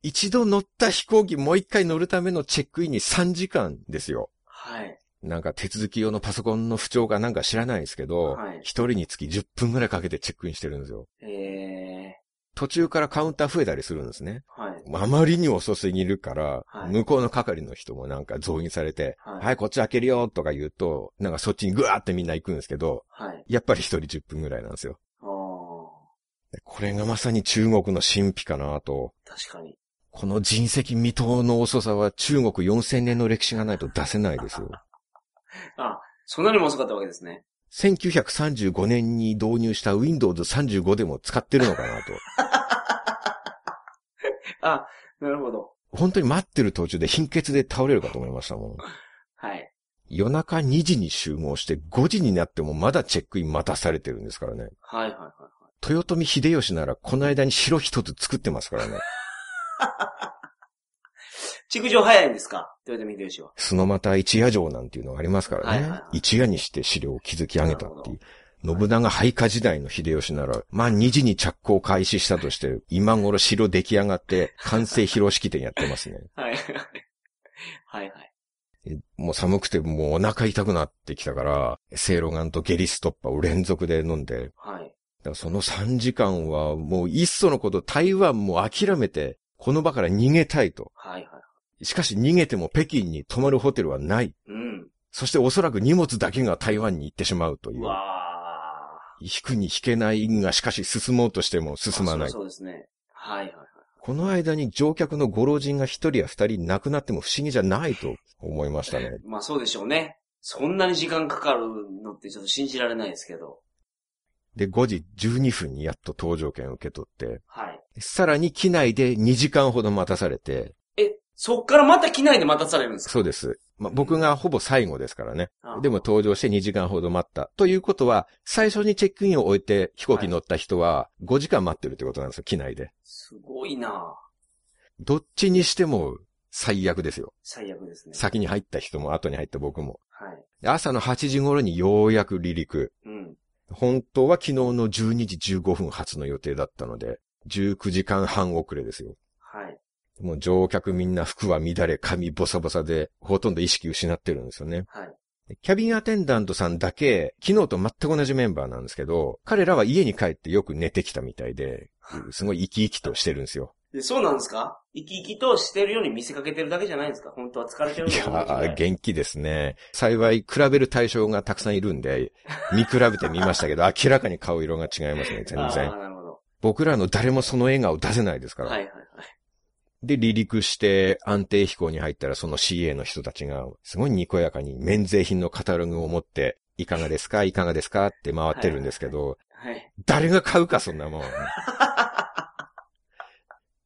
一度乗った飛行機もう一回乗るためのチェックインに3時間ですよ。
はい。
なんか手続き用のパソコンの不調かなんか知らないですけど
はい、
一、人につき10分ぐらいかけてチェックインしてるんですよ。
え
途中からカウンター増えたりするんですね。
ー、はい。
あまりに遅すぎるから、
はい
向こうの係の人もなんか増員されて、
は
はいい、こっち開けるよとか言うと、なんかそっちにぐわーってみんな行くんですけど、
はい。
やっぱり一人10分ぐらいなんですよ。
あー、
でこれがまさに中国の神秘かなと。
確かに。
この人跡未踏の遅さは中国4000年の歴史がないと出せないですよ。
あ、そんなにも遅かったわけですね。
1935年に導入した Windows 35でも使ってるのかなと。
あ、なるほど。
本当に待ってる途中で貧血で倒れるかと思いましたもん。
はい。
夜中2時に集合して5時になってもまだチェックイン待たされてるんですからね。
はいはいは
豊臣秀吉ならこの間に城一つ作ってますからね。
い。築城早いんですか豊臣秀吉は。
スノマタ一夜城なんていうのがありますからね。
はいはいはい
一夜にして資料を築き上げたってい
なるほ
う。
ど
信長配下時代の秀吉なら、まあ2時に着工開始したとして、今頃城出来上がって完成披露式典やってますね。
はい。はいはい。
えもう寒くてもうお腹痛くなってきたから、セイロガンとゲリストッパを連続で飲んで、
はい。
だからその3時間はもういっそのこと台湾も諦めて、この場から逃げたいと。
はいはい。
しかし逃げても北京に泊まるホテルはない。
うん。
そしておそらく荷物だけが台湾に行ってしまうというう。
わ
引くに引けない因がしかし進もうとしても
ー。
進まない。
あそうそうですね。はいはいはい。
この間に乗客のご老人が一人や二人亡くなっても不思議じゃないと思いましたね。
まあそうでしょうね。そんなに時間かかるのってちょっと信じられないですけど。
で、5時12分にやっと搭乗券を受け取って、
はい。
さらに機内で2時間ほど待たされて、
え、そっからまた機内で待たされるんですか
そうです。まあ、僕がほぼ最後ですからね。
あー
でも登場して2時間ほど待った。ということは、最初にチェックインを終えて飛行機に乗った人は5時間待ってるってことなんですよ、機内で。
すごいな
どっちにしても最悪ですよ。
最悪ですね。
先に入った人も後に入った僕も。
はい。
で朝の8時頃にようやく離陸。
うん。
本当は昨日の12時15分発の予定だったので、19時間半遅れですよ。
はい。
もう乗客みんな服は乱れ、髪ボサボサで、ほとんど意識失ってるんですよね。
はい。
でキャビンアテンダントさんだけ、昨日と全く同じメンバーなんですけど、彼らは家に帰ってよく寝てきたみたいで、すごい生き生きとしてるんですよ。
で、そうなんですか生き生きとしてるように見せかけてるだけじゃないんですか本当は疲れてる
い
のかもしれない
やー、元気ですね。幸い、比べる対象がたくさんいるん で、見比べてみましたけど、明らかに顔色が違いますね、全
あ
然。
ーなるほど。
僕らの誰もその笑顔出せないですか
はい
ら。
はいはい。
で、離陸して安定飛行に入ったら、その CA の人たちが、すごいにこやかに免税品のカタログを持って、いかがですかいかがですかって回ってるんですけど、
はい。
誰が買うか、そんなもん。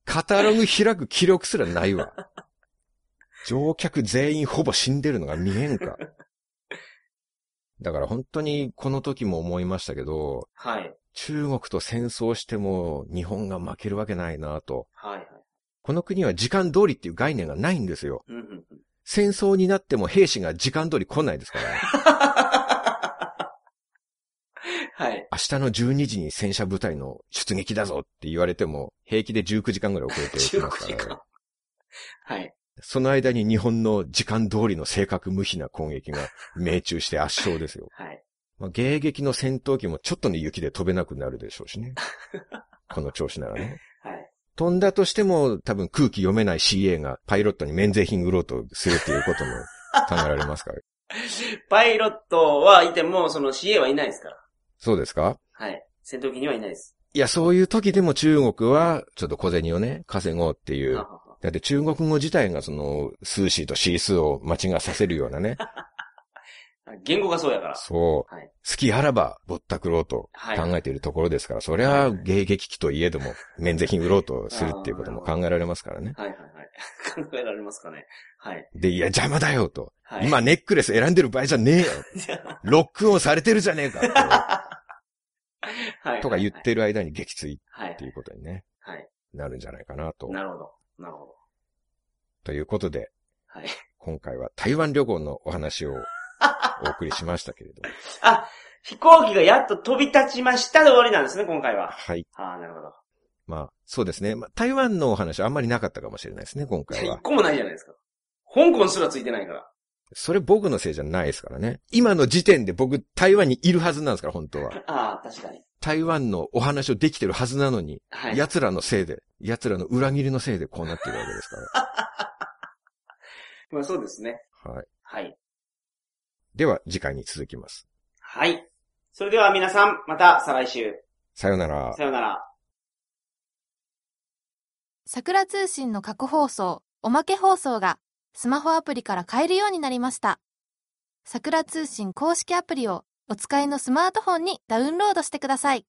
カタログ開く気力すらないわ。乗客全員ほぼ死んでるのが見えんか。だから本当にこの時も思いましたけど、
はい。
中国と戦争しても日本が負けるわけないなと。
はいはい。
この国は時間通りっていう概念がないんですよ。
うんうんうん。
戦争になっても兵士が時間通り来ないですから、
はい。
明日の12時に戦車部隊の出撃だぞって言われても、平気で19時間ぐらい遅れてき
19
ま すから、
時間。はい。
その間に日本の時間通りの正確無比な攻撃が命中して圧勝 ですよ。
はい。
まあ、迎撃の戦闘機もちょっとの雪で飛べなくなるでしょうし ね。この調子ならね。
はい。
飛んだとしても多分空気読めない CA がパイロットに免税品売ろうとするっていうことも考えら れますから。
パイロットはいても、その CA はいないですから。
そうですか
はい。戦闘機にはいないです。
いや、そういう時でも中国はちょっと小銭をね、稼ごうってい
あ
う
は。は
だって中国語自体がその、数ーシーとシースーを間違わさせるようなね、
言語がそうやから。
そう。
はい
好きあらば、ぼったくろうと
はい
考えているところですから、そりゃ、迎撃機といえども、免税品売ろうとするっていうことも考えられますからね。
はいはいはい。 考えられますかね。はい。
で、いや、邪魔だよと。
はい。
今、ネックレス選んでる場合じゃねえよ。 ロックオンされてるじゃねえか
は
と。
い。
とか言ってる間に撃墜
はい。は
ってい
い。
うことにね、
はい。
なるんじゃないかなと。
なるほど。なるほど。
ということで、
はい。
今回は台湾旅行のお話をお送りしました けれども。
あ、飛行機がやっと飛び立ちましたで終わりなんですね、今回は。
はい。
ああ、なるほど。
まあ、そうですね。まあ、台湾のお話はあんまりなかったかもしれないですね、今
い
回
や一
は。
個もないじゃないですか。香港すらついてないから。
それ僕のせいじゃないですからね。今の時点で僕、台湾にいるはずなんですから、本当は。
ああ、確かに。
台湾のお話をできてるはずなのに、
はい。
奴らのせいで、奴らの裏切りのせいでこうなってるわけですか
まあそうですね。
ら。はい。
はい。
では、次回に続きます。
はい。それでは皆さん、また再来週。
さようなら。
さようなら。
桜通信の過去放送、おまけ放送がスマホアプリから買えるようになりました。桜通信公式アプリをお使いのスマートフォンにダウンロードしてください。